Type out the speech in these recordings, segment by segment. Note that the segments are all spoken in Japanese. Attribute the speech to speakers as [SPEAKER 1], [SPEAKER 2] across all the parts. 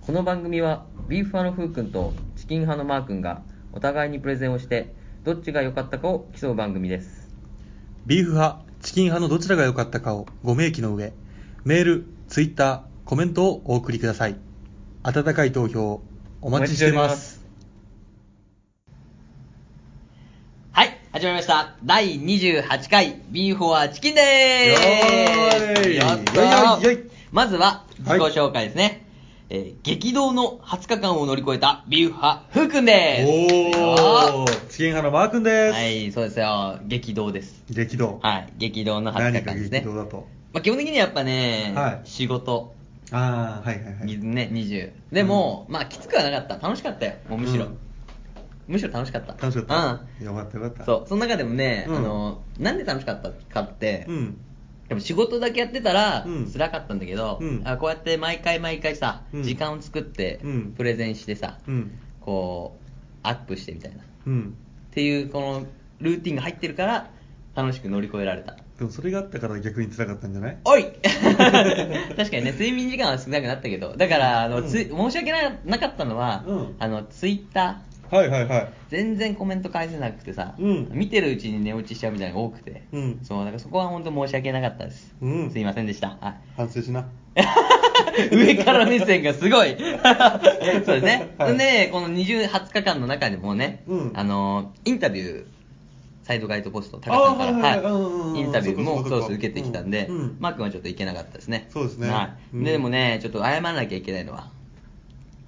[SPEAKER 1] この番組はビーフ派のふうくんとチキン派のまーくんがお互いにプレゼンをしてどっちが良かったかを競う番組です
[SPEAKER 2] ビーフ派、チキン派のどちらが良かったかをご明記の上、メール、ツイッター、コメントをお送りください。温かい投票、お待ちしてます。
[SPEAKER 3] はい、始まりました。第28回、ビーフォアチキンでー
[SPEAKER 2] よー
[SPEAKER 3] す
[SPEAKER 2] い
[SPEAKER 3] やった
[SPEAKER 2] よいよいよい
[SPEAKER 3] ーまずは、
[SPEAKER 2] は
[SPEAKER 3] 自
[SPEAKER 2] い
[SPEAKER 3] 己紹介ですね。えー激動の20日間を乗り越えたビーフ派、ふうくんです
[SPEAKER 2] お
[SPEAKER 3] よ
[SPEAKER 2] ー、チキン派のマー君
[SPEAKER 3] ー
[SPEAKER 2] です。
[SPEAKER 3] はい、そうですよ。激動です。
[SPEAKER 2] 激動。
[SPEAKER 3] はい、激動の20
[SPEAKER 2] 何
[SPEAKER 3] 日
[SPEAKER 2] か
[SPEAKER 3] 間で
[SPEAKER 2] 激
[SPEAKER 3] すね。
[SPEAKER 2] 動だと。
[SPEAKER 3] まあ、基本的にはやっぱね、
[SPEAKER 2] はい
[SPEAKER 3] 仕事、
[SPEAKER 2] ああ、はいはいはい。
[SPEAKER 3] ね、20。でも、まあ、きつくはなかった。楽しかったよ。もうむしろ。
[SPEAKER 2] うん
[SPEAKER 3] むしろ楽しかった。
[SPEAKER 2] 楽しか
[SPEAKER 3] うん
[SPEAKER 2] っ。た。よかったよかった。
[SPEAKER 3] そう、その中でもね、
[SPEAKER 2] うん
[SPEAKER 3] あの、なんで楽しかったかって、
[SPEAKER 2] うん。
[SPEAKER 3] でも仕事だけやってたら
[SPEAKER 2] うん
[SPEAKER 3] 辛かったんだけど、
[SPEAKER 2] うん
[SPEAKER 3] あこうやって毎回毎回さ、
[SPEAKER 2] うん
[SPEAKER 3] 時間を作って
[SPEAKER 2] うん
[SPEAKER 3] プレゼンしてさ、
[SPEAKER 2] うん。
[SPEAKER 3] こうアップしてみたいなっ
[SPEAKER 2] うん。
[SPEAKER 3] ていうこのルーティンが入ってるから楽しく乗り越えられた
[SPEAKER 2] でもそれがあったから逆に辛かったんじゃない
[SPEAKER 3] おい 確かにね睡眠時間は少なくなったけどだからあの、
[SPEAKER 2] うん
[SPEAKER 3] つい申し訳ななかったのは、
[SPEAKER 2] うん
[SPEAKER 3] あのツイッター
[SPEAKER 2] はいはいはい。
[SPEAKER 3] 全然コメント返せなくてさ、
[SPEAKER 2] うん
[SPEAKER 3] 見てるうちに寝落ちしちゃうみたいなのが多くて、
[SPEAKER 2] うん
[SPEAKER 3] そうだからそこは本当申し訳なかったです、
[SPEAKER 2] うん
[SPEAKER 3] すいませんでした、はい
[SPEAKER 2] 反省しな。
[SPEAKER 3] 上から目線がすご いそうですね、
[SPEAKER 2] はい
[SPEAKER 3] でこの20 20日間の中でもね、
[SPEAKER 2] うん
[SPEAKER 3] あのインタビューサイドガイドポスト高さんから
[SPEAKER 2] あーはいはいはいうんうんうん
[SPEAKER 3] インタビュー
[SPEAKER 2] そ
[SPEAKER 3] も
[SPEAKER 2] っか
[SPEAKER 3] そ
[SPEAKER 2] そっ
[SPEAKER 3] う
[SPEAKER 2] かそっか
[SPEAKER 3] そう受けてきたんで、
[SPEAKER 2] うんうん
[SPEAKER 3] マー君はちょっといけなかったですね
[SPEAKER 2] そうですね
[SPEAKER 3] はい
[SPEAKER 2] うん
[SPEAKER 3] ででもねちょっと謝らなきゃいけないのは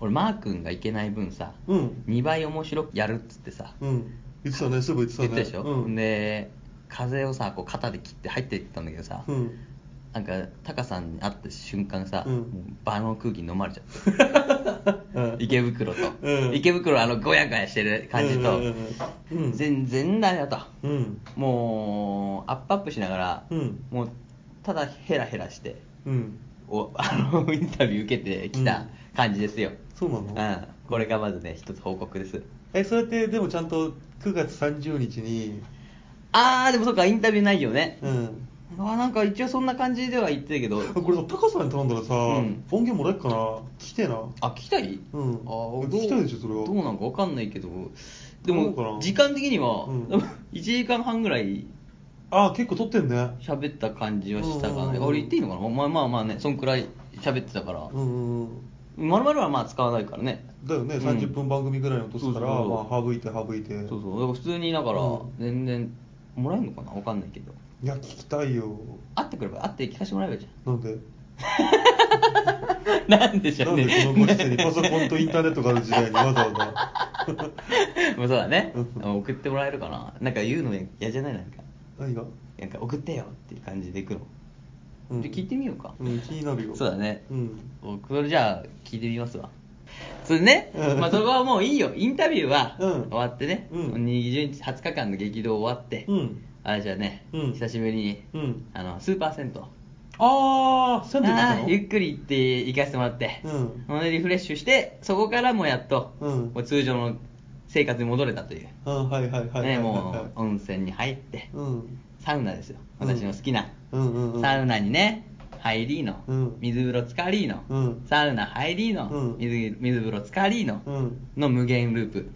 [SPEAKER 3] 俺マー君がいけない分さ、
[SPEAKER 2] うん。
[SPEAKER 3] 2倍面白くやるっつってさ、
[SPEAKER 2] うん。言ってたね、すぐ言ってた
[SPEAKER 3] 言
[SPEAKER 2] ね。
[SPEAKER 3] ったでしょ、
[SPEAKER 2] うん。
[SPEAKER 3] で風をさこう肩で切って入っていったんだけどさ、
[SPEAKER 2] うん。
[SPEAKER 3] なんかタカさんに会った瞬間さ、
[SPEAKER 2] うん
[SPEAKER 3] もう場の空気に飲まれちゃって
[SPEAKER 2] うん
[SPEAKER 3] 池袋と、
[SPEAKER 2] うん
[SPEAKER 3] 池袋あのゴヤゴヤしてる感じと、
[SPEAKER 2] うんうんうんうん
[SPEAKER 3] 全然だよと
[SPEAKER 2] うん。
[SPEAKER 3] もうアップアップしながら、
[SPEAKER 2] うん
[SPEAKER 3] もうただヘラヘラして
[SPEAKER 2] うん。
[SPEAKER 3] お あのインタビュー受けてきた感じですよ、
[SPEAKER 2] そうな
[SPEAKER 3] う
[SPEAKER 2] の、
[SPEAKER 3] んこれがまずね一つ報告です
[SPEAKER 2] え、それってでもちゃんと9月30日に、
[SPEAKER 3] あーでもそっかインタビュー内容ね、
[SPEAKER 2] うん。
[SPEAKER 3] あーなんか一応そんな感じでは言ってるけど
[SPEAKER 2] あこれさ、高さんに頼んだらさ、
[SPEAKER 3] うん
[SPEAKER 2] 音源もらえっかな来てな。
[SPEAKER 3] あ聞きたい、
[SPEAKER 2] うん
[SPEAKER 3] あー
[SPEAKER 2] 聞
[SPEAKER 3] どう
[SPEAKER 2] きたいでしょそれは
[SPEAKER 3] どうなんかわかんないけどで
[SPEAKER 2] どうか
[SPEAKER 3] も
[SPEAKER 2] な
[SPEAKER 3] 時間的には、
[SPEAKER 2] うん
[SPEAKER 3] 1時間半ぐらい
[SPEAKER 2] あ、結構撮ってんね。
[SPEAKER 3] 喋った感じはしたか
[SPEAKER 2] うんうん
[SPEAKER 3] ら、
[SPEAKER 2] う
[SPEAKER 3] ね、
[SPEAKER 2] ん
[SPEAKER 3] 俺言っていいのかなまあまあまあねそんくらい喋ってたから
[SPEAKER 2] うんうんうん。
[SPEAKER 3] まるまるはまあ使わないからね
[SPEAKER 2] だよね、
[SPEAKER 3] うん
[SPEAKER 2] 30分番組ぐらいの落としたから、
[SPEAKER 3] そうそうそう
[SPEAKER 2] まあ、省いて省いて。
[SPEAKER 3] そうそうだから普通にだから
[SPEAKER 2] うん
[SPEAKER 3] 全然もらえるのかなわかんないけど
[SPEAKER 2] いや、聞きたいよ。
[SPEAKER 3] 会ってくれば会って聞かせてもらえばいいじ
[SPEAKER 2] なんで
[SPEAKER 3] ゃんなんでし
[SPEAKER 2] な
[SPEAKER 3] ょ
[SPEAKER 2] ん
[SPEAKER 3] う
[SPEAKER 2] で
[SPEAKER 3] ね
[SPEAKER 2] このご時世にパソコンとインターネットがある時代にわざわざ。
[SPEAKER 3] もうそうだね
[SPEAKER 2] うん
[SPEAKER 3] 送ってもらえるかななんか言うの嫌じゃないなんか
[SPEAKER 2] 何が
[SPEAKER 3] なんか送ってよっていう感じでいくの、
[SPEAKER 2] うん
[SPEAKER 3] じゃあ聞いてみようか、
[SPEAKER 2] うん、気になるよ。
[SPEAKER 3] そうだね
[SPEAKER 2] うん。
[SPEAKER 3] 僕それじゃあ聞いてみますわそれでね、
[SPEAKER 2] うん
[SPEAKER 3] まあ、そこはもういいよインタビューは
[SPEAKER 2] うん
[SPEAKER 3] 終わってね、
[SPEAKER 2] うん
[SPEAKER 3] 20日20日間の激動終わって、
[SPEAKER 2] うん。
[SPEAKER 3] あれじゃあね、
[SPEAKER 2] うん
[SPEAKER 3] 久しぶりに、
[SPEAKER 2] うん
[SPEAKER 3] あのスーパー銭湯
[SPEAKER 2] あー、銭湯行
[SPEAKER 3] あーゆ
[SPEAKER 2] っ
[SPEAKER 3] っくり行って行かせてもらって、
[SPEAKER 2] うん
[SPEAKER 3] ほんでリフレッシュしてそこからもうやっと、
[SPEAKER 2] うん
[SPEAKER 3] もう通常の生活に戻れたという、
[SPEAKER 2] たのうん、はいはいはいはいはい。
[SPEAKER 3] ね、もう温泉に入って、
[SPEAKER 2] うん。
[SPEAKER 3] サウナですよ
[SPEAKER 2] うん
[SPEAKER 3] 私の好きな、
[SPEAKER 2] うんうんうん。
[SPEAKER 3] サウナにね入りの、
[SPEAKER 2] うん
[SPEAKER 3] 水風呂つかりの、
[SPEAKER 2] うん
[SPEAKER 3] サウナ入りの、
[SPEAKER 2] うん
[SPEAKER 3] 水水風呂つかりの、
[SPEAKER 2] うん。
[SPEAKER 3] の無限ループ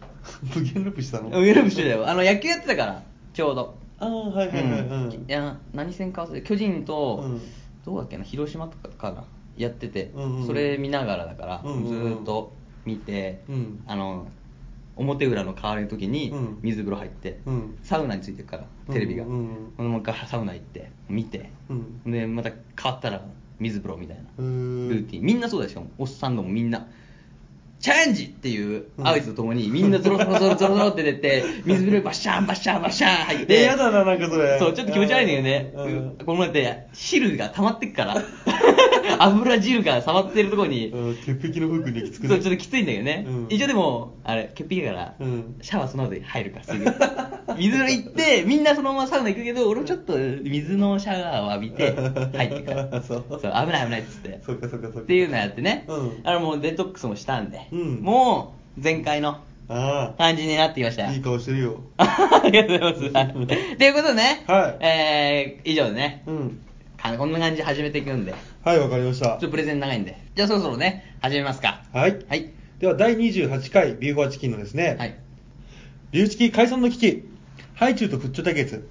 [SPEAKER 2] 無限ループしたの
[SPEAKER 3] 無限ループしてたよあの野球やってたからちょうど
[SPEAKER 2] ああ、はいはいはい。うん。
[SPEAKER 3] いや何戦か忘れ巨人と、
[SPEAKER 2] うん
[SPEAKER 3] どうだっけな広島とかかなやってて、
[SPEAKER 2] うんうん
[SPEAKER 3] それ見ながらだから、
[SPEAKER 2] うんうんうん
[SPEAKER 3] ずーっと見て、
[SPEAKER 2] うん
[SPEAKER 3] あの表裏の代わりの時に
[SPEAKER 2] うん
[SPEAKER 3] 水風呂入って、
[SPEAKER 2] うん
[SPEAKER 3] サウナについてるからテレビが、
[SPEAKER 2] うんうん
[SPEAKER 3] ほんでもう一回サウナ行って見て、
[SPEAKER 2] うん
[SPEAKER 3] でまた変わったら水風呂みたいな
[SPEAKER 2] へー
[SPEAKER 3] ルーティンみんなそうだよしかもおっさんのもみんなチャレンジっていう
[SPEAKER 2] うん
[SPEAKER 3] 合図とともにみんなゾロゾロゾロゾロゾロって出て水風呂バッシャンバッシャンバッシャン入って
[SPEAKER 2] えやだななんかそれ
[SPEAKER 3] そうちょっと気持ち悪いんだよね、
[SPEAKER 2] うん
[SPEAKER 3] この前って汁が溜まってっから 油汁が溜まってるところに、
[SPEAKER 2] うん潔癖の服にきつく
[SPEAKER 3] そ
[SPEAKER 2] な
[SPEAKER 3] う
[SPEAKER 2] い
[SPEAKER 3] ちょっときついんだけどね、
[SPEAKER 2] うん
[SPEAKER 3] 一応でもあれ潔癖だから、
[SPEAKER 2] うん
[SPEAKER 3] シャワーその後に入るから すぐ水風呂行ってみんなそのままサウナ行くけど俺もちょっと水のシャワーを浴びて入ってから
[SPEAKER 2] そう
[SPEAKER 3] 危ない危ないっつって
[SPEAKER 2] そうかそうかそうか
[SPEAKER 3] っていうのやってね、
[SPEAKER 2] うん
[SPEAKER 3] あのもうデトックスもしたんで、
[SPEAKER 2] うん
[SPEAKER 3] もう前回の
[SPEAKER 2] あ
[SPEAKER 3] 感じになってきました
[SPEAKER 2] あ
[SPEAKER 3] よ
[SPEAKER 2] いい顔してるよ
[SPEAKER 3] ありがとうございます。ということでね、
[SPEAKER 2] はい
[SPEAKER 3] えー以上でね、
[SPEAKER 2] うん
[SPEAKER 3] あのこんな感じで始めていくんで。ち
[SPEAKER 4] はい、わかりまし
[SPEAKER 3] ょ
[SPEAKER 4] た
[SPEAKER 3] っ。とプレゼン長いんで。じゃあそろそろね、始めますか。
[SPEAKER 4] はい。
[SPEAKER 3] はい。
[SPEAKER 4] では、第28回ビューフォアチキンのですね、
[SPEAKER 3] はい。
[SPEAKER 4] ビューチキ解散の危機、ハイチュウとプッチョ対決、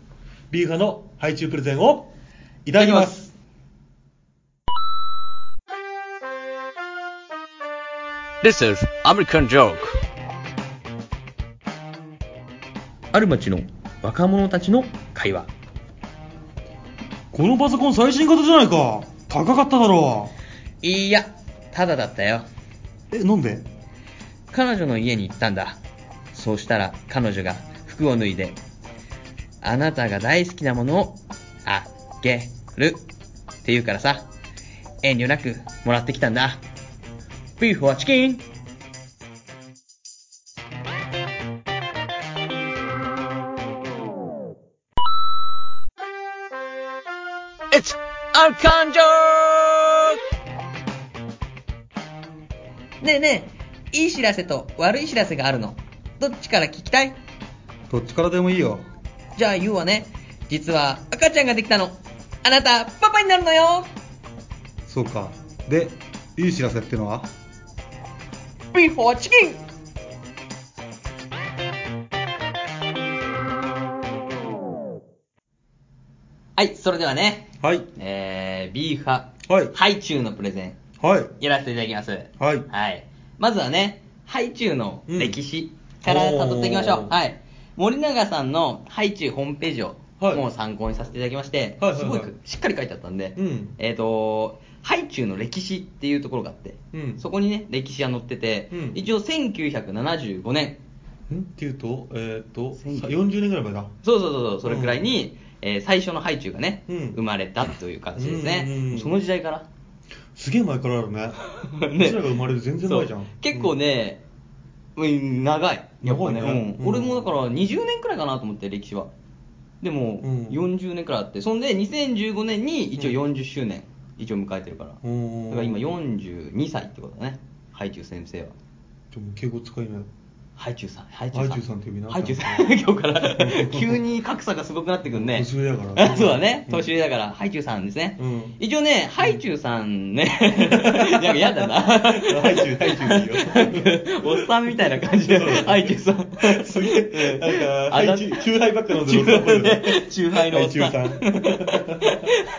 [SPEAKER 4] ビューファのハイチュウプレゼンをいただきます。
[SPEAKER 5] This is American joke.
[SPEAKER 1] ある町の若者たちの会話
[SPEAKER 4] このパソコン最新型じゃないか。高かっただろ
[SPEAKER 1] いいやただだったよ
[SPEAKER 4] う。え、なんで
[SPEAKER 1] 彼女の家に行ったんだそうしたら彼女が服を脱いであなたが大好きなものをあげるって言うからさ遠慮なくもらってきたんだビーフォアチキン
[SPEAKER 3] ねえねえ、いい知らせと悪い知らせがあるの。どっちから聞きたい
[SPEAKER 4] どっちからでもいいよ。
[SPEAKER 3] じゃあ言うわね。実は赤ちゃんができたの。あなた、パパになるのよ
[SPEAKER 4] そうか。で、いい知らせってのは
[SPEAKER 3] ビーフォーチキンはい、それではね、
[SPEAKER 4] はい。
[SPEAKER 3] えー、ビーファ、
[SPEAKER 4] はい
[SPEAKER 3] ハイチュウのプレゼン、
[SPEAKER 4] はい。
[SPEAKER 3] やらせていただきます。
[SPEAKER 4] はい
[SPEAKER 3] はい。まずはね、ハイチュウの歴史から
[SPEAKER 4] うん
[SPEAKER 3] 辿っていきましょ
[SPEAKER 4] お
[SPEAKER 3] う。
[SPEAKER 4] ー
[SPEAKER 3] はい。森永さんのハイチュウホームページを、
[SPEAKER 4] はい
[SPEAKER 3] もう参考にさせていただきまして、
[SPEAKER 4] はいはいは
[SPEAKER 3] すご
[SPEAKER 4] い
[SPEAKER 3] くしっかり書いてあったんで、
[SPEAKER 4] うん
[SPEAKER 3] えっ、と、ハイチュウの歴史っていうところがあって、
[SPEAKER 4] うん
[SPEAKER 3] そこにね、歴史が載ってて、
[SPEAKER 4] うん
[SPEAKER 3] 一応1975年、
[SPEAKER 4] んっていうと、えーっと、
[SPEAKER 3] 1900
[SPEAKER 4] さ40年ぐらい前だ。
[SPEAKER 3] そうそうそうそう、それくらいに、えー最初のハイチュウがね、
[SPEAKER 4] うん
[SPEAKER 3] 生まれたという感じです
[SPEAKER 4] うんうんう
[SPEAKER 3] ね
[SPEAKER 4] ん。
[SPEAKER 3] その時代から。
[SPEAKER 4] すげえ前からあ るね。うちらが生まれる全然前じゃん
[SPEAKER 3] そう。結構ね、うん、長い。やっぱね、
[SPEAKER 4] 長いね
[SPEAKER 3] う
[SPEAKER 4] うん
[SPEAKER 3] ん、俺もだから20年くらいかなと思って、歴史は。でも、
[SPEAKER 4] うん
[SPEAKER 3] 40年くらいあって、そんで2015年に一応
[SPEAKER 4] う
[SPEAKER 3] 40周年、一応迎えてるから。だ
[SPEAKER 4] う
[SPEAKER 3] か
[SPEAKER 4] ん。
[SPEAKER 3] ら今42歳ってことだね、ハイチュウ先生は。
[SPEAKER 4] でも敬語使いない。
[SPEAKER 3] ハイチュウさん、ハイチュウさん。
[SPEAKER 4] ハイチュウさんって呼びな
[SPEAKER 3] ハイチュウさん、 今日から、急に格差がすごくなってくんね。
[SPEAKER 4] 年上だか ら
[SPEAKER 3] そうだね、
[SPEAKER 4] うん
[SPEAKER 3] 年上だから、ハイチュウさんですね。
[SPEAKER 4] うん
[SPEAKER 3] 一応ね、ハイチュウさんね、 なんか嫌だな。
[SPEAKER 4] ハイチュウハイチュウでいいよ
[SPEAKER 3] おっさんみたいな感じで、ハイチュウさん。
[SPEAKER 4] すげえなんか
[SPEAKER 3] あだ
[SPEAKER 4] ハイチュウチュウハイばっか飲んでる
[SPEAKER 3] チュウハイねチュウハイのおっ
[SPEAKER 4] ハイチュ
[SPEAKER 3] さん。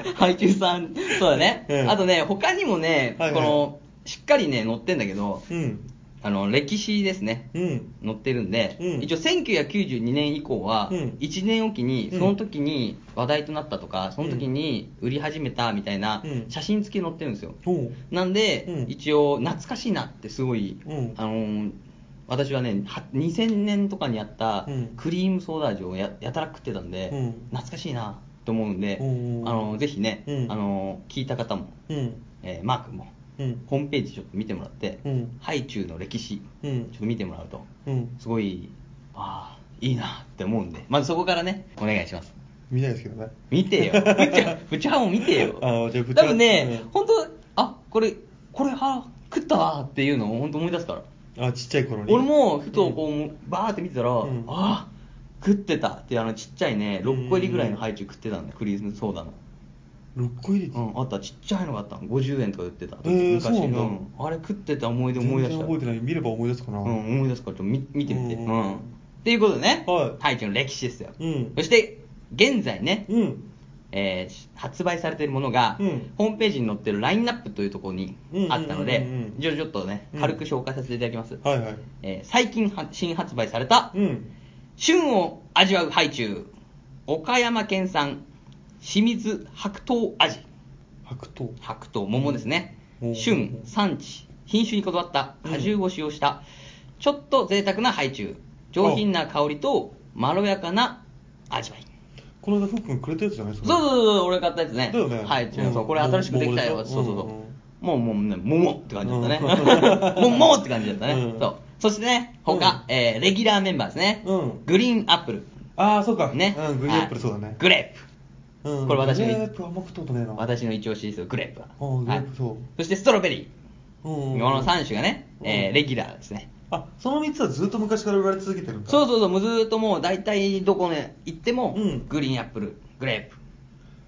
[SPEAKER 3] ハイチュウさん。そうだね。
[SPEAKER 4] うん
[SPEAKER 3] あとね、他にもね、
[SPEAKER 4] はいは
[SPEAKER 3] こ
[SPEAKER 4] い
[SPEAKER 3] の、しっかりね、載ってんだけど、
[SPEAKER 4] うん。
[SPEAKER 3] あの、歴史ですね。
[SPEAKER 4] うん。
[SPEAKER 3] 載ってるんで、
[SPEAKER 4] うん
[SPEAKER 3] 一応1992年以降は
[SPEAKER 4] うん
[SPEAKER 3] 1年おきに
[SPEAKER 4] うん
[SPEAKER 3] その時に話題となったとか、その時に売り始めたみたいな
[SPEAKER 4] うん
[SPEAKER 3] 写真付き載ってるんですよ、
[SPEAKER 4] おう
[SPEAKER 3] なんで、
[SPEAKER 4] うん
[SPEAKER 3] 一応懐かしいなってすごい、
[SPEAKER 4] うん
[SPEAKER 3] あのー私はねは2000年とかにやった
[SPEAKER 4] うん
[SPEAKER 3] クリームソーダ味をややたら食ってたんで、
[SPEAKER 4] うん
[SPEAKER 3] 懐かしいなと思うんで、
[SPEAKER 4] うん
[SPEAKER 3] あのーぜひね、
[SPEAKER 4] うん
[SPEAKER 3] あのー聞いた方も、
[SPEAKER 4] うん。
[SPEAKER 3] えーマー君も
[SPEAKER 4] うん。
[SPEAKER 3] ホームページちょっと見てもらって、
[SPEAKER 4] うん
[SPEAKER 3] ハイチュウの歴史、
[SPEAKER 4] うん
[SPEAKER 3] ちょっと見てもらうと、
[SPEAKER 4] うん。
[SPEAKER 3] すごい、ああ、いいなって思うんで、まずそこからね、お願いします。
[SPEAKER 4] 見ないですけどね。
[SPEAKER 3] 見 てよ。ぶちゃ、ぶちゃも見てよ。
[SPEAKER 4] あーじゃあぶちゃ
[SPEAKER 3] 多分ね
[SPEAKER 4] うん、
[SPEAKER 3] 本当あ、これ、これ、は、食ったわっていうのを本当思い出すから。
[SPEAKER 4] あ、ちっちゃい頃に。
[SPEAKER 3] 俺も、ふとこう、バーって見てたら、
[SPEAKER 4] うん
[SPEAKER 3] ああ、食ってたっていうあのちっちゃいね、6個入りぐらいのハイチュウ食ってたんだよ、クリームソーダの。
[SPEAKER 4] 6個入り。
[SPEAKER 3] うん、あった、ちっちゃいのがあったの。50円とか売ってた。
[SPEAKER 4] えーそうなんだ
[SPEAKER 3] んあれ食ってた思い出思い出し
[SPEAKER 4] 全然
[SPEAKER 3] た。
[SPEAKER 4] 覚えてない。見れば思い出すかな。
[SPEAKER 3] うん、思い出すからちょっと見見てみて。
[SPEAKER 4] う
[SPEAKER 3] うんん。っていうことでね、
[SPEAKER 4] はい
[SPEAKER 3] ハイチュウの歴史ですよ。
[SPEAKER 4] うん
[SPEAKER 3] そして、現在ね、
[SPEAKER 4] うん。
[SPEAKER 3] えーし発売されているものが、
[SPEAKER 4] うん
[SPEAKER 3] ホームページに載ってるラインナップというところにあったの
[SPEAKER 4] う
[SPEAKER 3] で
[SPEAKER 4] んうんうんうん、
[SPEAKER 3] 一応ちょっとね
[SPEAKER 4] うん、
[SPEAKER 3] 軽く紹介させていただきます。
[SPEAKER 4] はいはい。
[SPEAKER 3] えー最近は新発売された、
[SPEAKER 4] うん。
[SPEAKER 3] 旬を味わうハイチュウ、岡山県産清水白桃味。
[SPEAKER 4] 白桃。
[SPEAKER 3] 白桃桃ですね
[SPEAKER 4] うん
[SPEAKER 3] 旬産地品種にこだわった果汁を使用した、ちょっと贅沢なハイチュウ上品な香りとまろやかな味わい
[SPEAKER 4] この間、ふっくんくれたやつじゃないです
[SPEAKER 3] そう
[SPEAKER 4] か。
[SPEAKER 3] そうそうそう俺が買ったやつね
[SPEAKER 4] だよね
[SPEAKER 3] ハイチュウ、
[SPEAKER 4] うん
[SPEAKER 3] そうこれ新しくできた
[SPEAKER 4] 桃
[SPEAKER 3] よ
[SPEAKER 4] でし
[SPEAKER 3] そ
[SPEAKER 4] ょ
[SPEAKER 3] うそうそう、
[SPEAKER 4] うん
[SPEAKER 3] もうもうね桃って感じだったね、
[SPEAKER 4] う
[SPEAKER 3] もう 桃って感じだったね、
[SPEAKER 4] うん
[SPEAKER 3] そうそしてね他、えーレギュラーメンバーですね、
[SPEAKER 4] うん
[SPEAKER 3] グリーンアップル
[SPEAKER 4] ああ、そうか。
[SPEAKER 3] ね、
[SPEAKER 4] うん、グリーンアップルそうだ
[SPEAKER 3] はい
[SPEAKER 4] ね。
[SPEAKER 3] グレープ
[SPEAKER 4] うん
[SPEAKER 3] これ私
[SPEAKER 4] グリーンアップルあんま食ったことねえな。
[SPEAKER 3] 私の一押しですよグレープは、
[SPEAKER 4] うんグレープそう
[SPEAKER 3] はい、そしてストロベリー
[SPEAKER 4] うんうん
[SPEAKER 3] この3種がね、え
[SPEAKER 4] うん
[SPEAKER 3] ーレギュラーですね。
[SPEAKER 4] あその3つはずっと昔から売られ続けてるんだ
[SPEAKER 3] そう
[SPEAKER 4] う
[SPEAKER 3] そうそう、もうずーっともう大体どこに行っても、
[SPEAKER 4] うん
[SPEAKER 3] グリーンアップル、グレープ、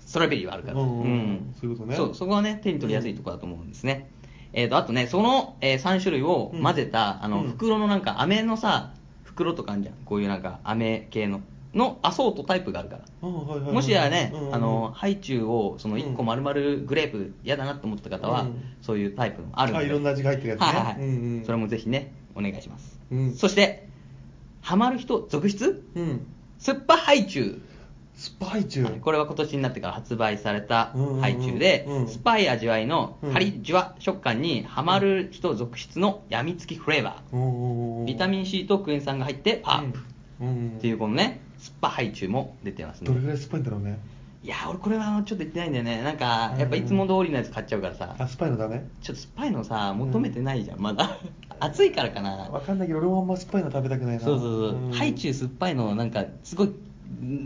[SPEAKER 3] スストラベリーはあるから。
[SPEAKER 4] うんうんうんそういうことね
[SPEAKER 3] そう、そこはね、手に取りやすいところだと思うんですね。えっと、あとね、その、え3種類を混ぜた、
[SPEAKER 4] うん
[SPEAKER 3] あの、
[SPEAKER 4] うん
[SPEAKER 3] 袋のなんか、飴のさ、袋とかあんじゃん。こういうなんか、飴系の、のアソートタイプがあるから。もしやね、あの、ハイチュウを、その1個丸々グレープ嫌だなと思った方は、
[SPEAKER 4] うん
[SPEAKER 3] そういうタイプのあるの
[SPEAKER 4] あ
[SPEAKER 3] で。
[SPEAKER 4] いろんな味が入ってるやつね
[SPEAKER 3] はいはいはい
[SPEAKER 4] うんうん
[SPEAKER 3] それもぜひね、お願いします。
[SPEAKER 4] うん
[SPEAKER 3] そして、ハマる人続出
[SPEAKER 4] うん
[SPEAKER 3] 酸っぱハイチュウ。
[SPEAKER 4] スパイチュ
[SPEAKER 3] はいこれは今年になってから発売された
[SPEAKER 4] うんうんうん
[SPEAKER 3] ハイチュウで、
[SPEAKER 4] うん
[SPEAKER 3] スパイ味わいの
[SPEAKER 4] うん
[SPEAKER 3] ハリジュワ食感にハマる人続出のやみつきフレーバー、ビタミン C とクエン酸が入ってパープ、っていうこのね酸っぱハイチュウも出てますね
[SPEAKER 4] どれぐらい酸っぱいんだろうね
[SPEAKER 3] いやー俺これはちょっと言ってないんだよねなんかやっぱいつも通りのやつ買っちゃうからさ、
[SPEAKER 4] あ酸っぱいのダメ
[SPEAKER 3] ちょっと酸っぱいのさ求めてないじゃん、まだ暑いからかな
[SPEAKER 4] わかんないけど俺もあんま酸っぱいの食べたくないな
[SPEAKER 3] そうそうそう、ハイチュウ
[SPEAKER 4] ウ
[SPEAKER 3] 酸っぱいのなんかすごい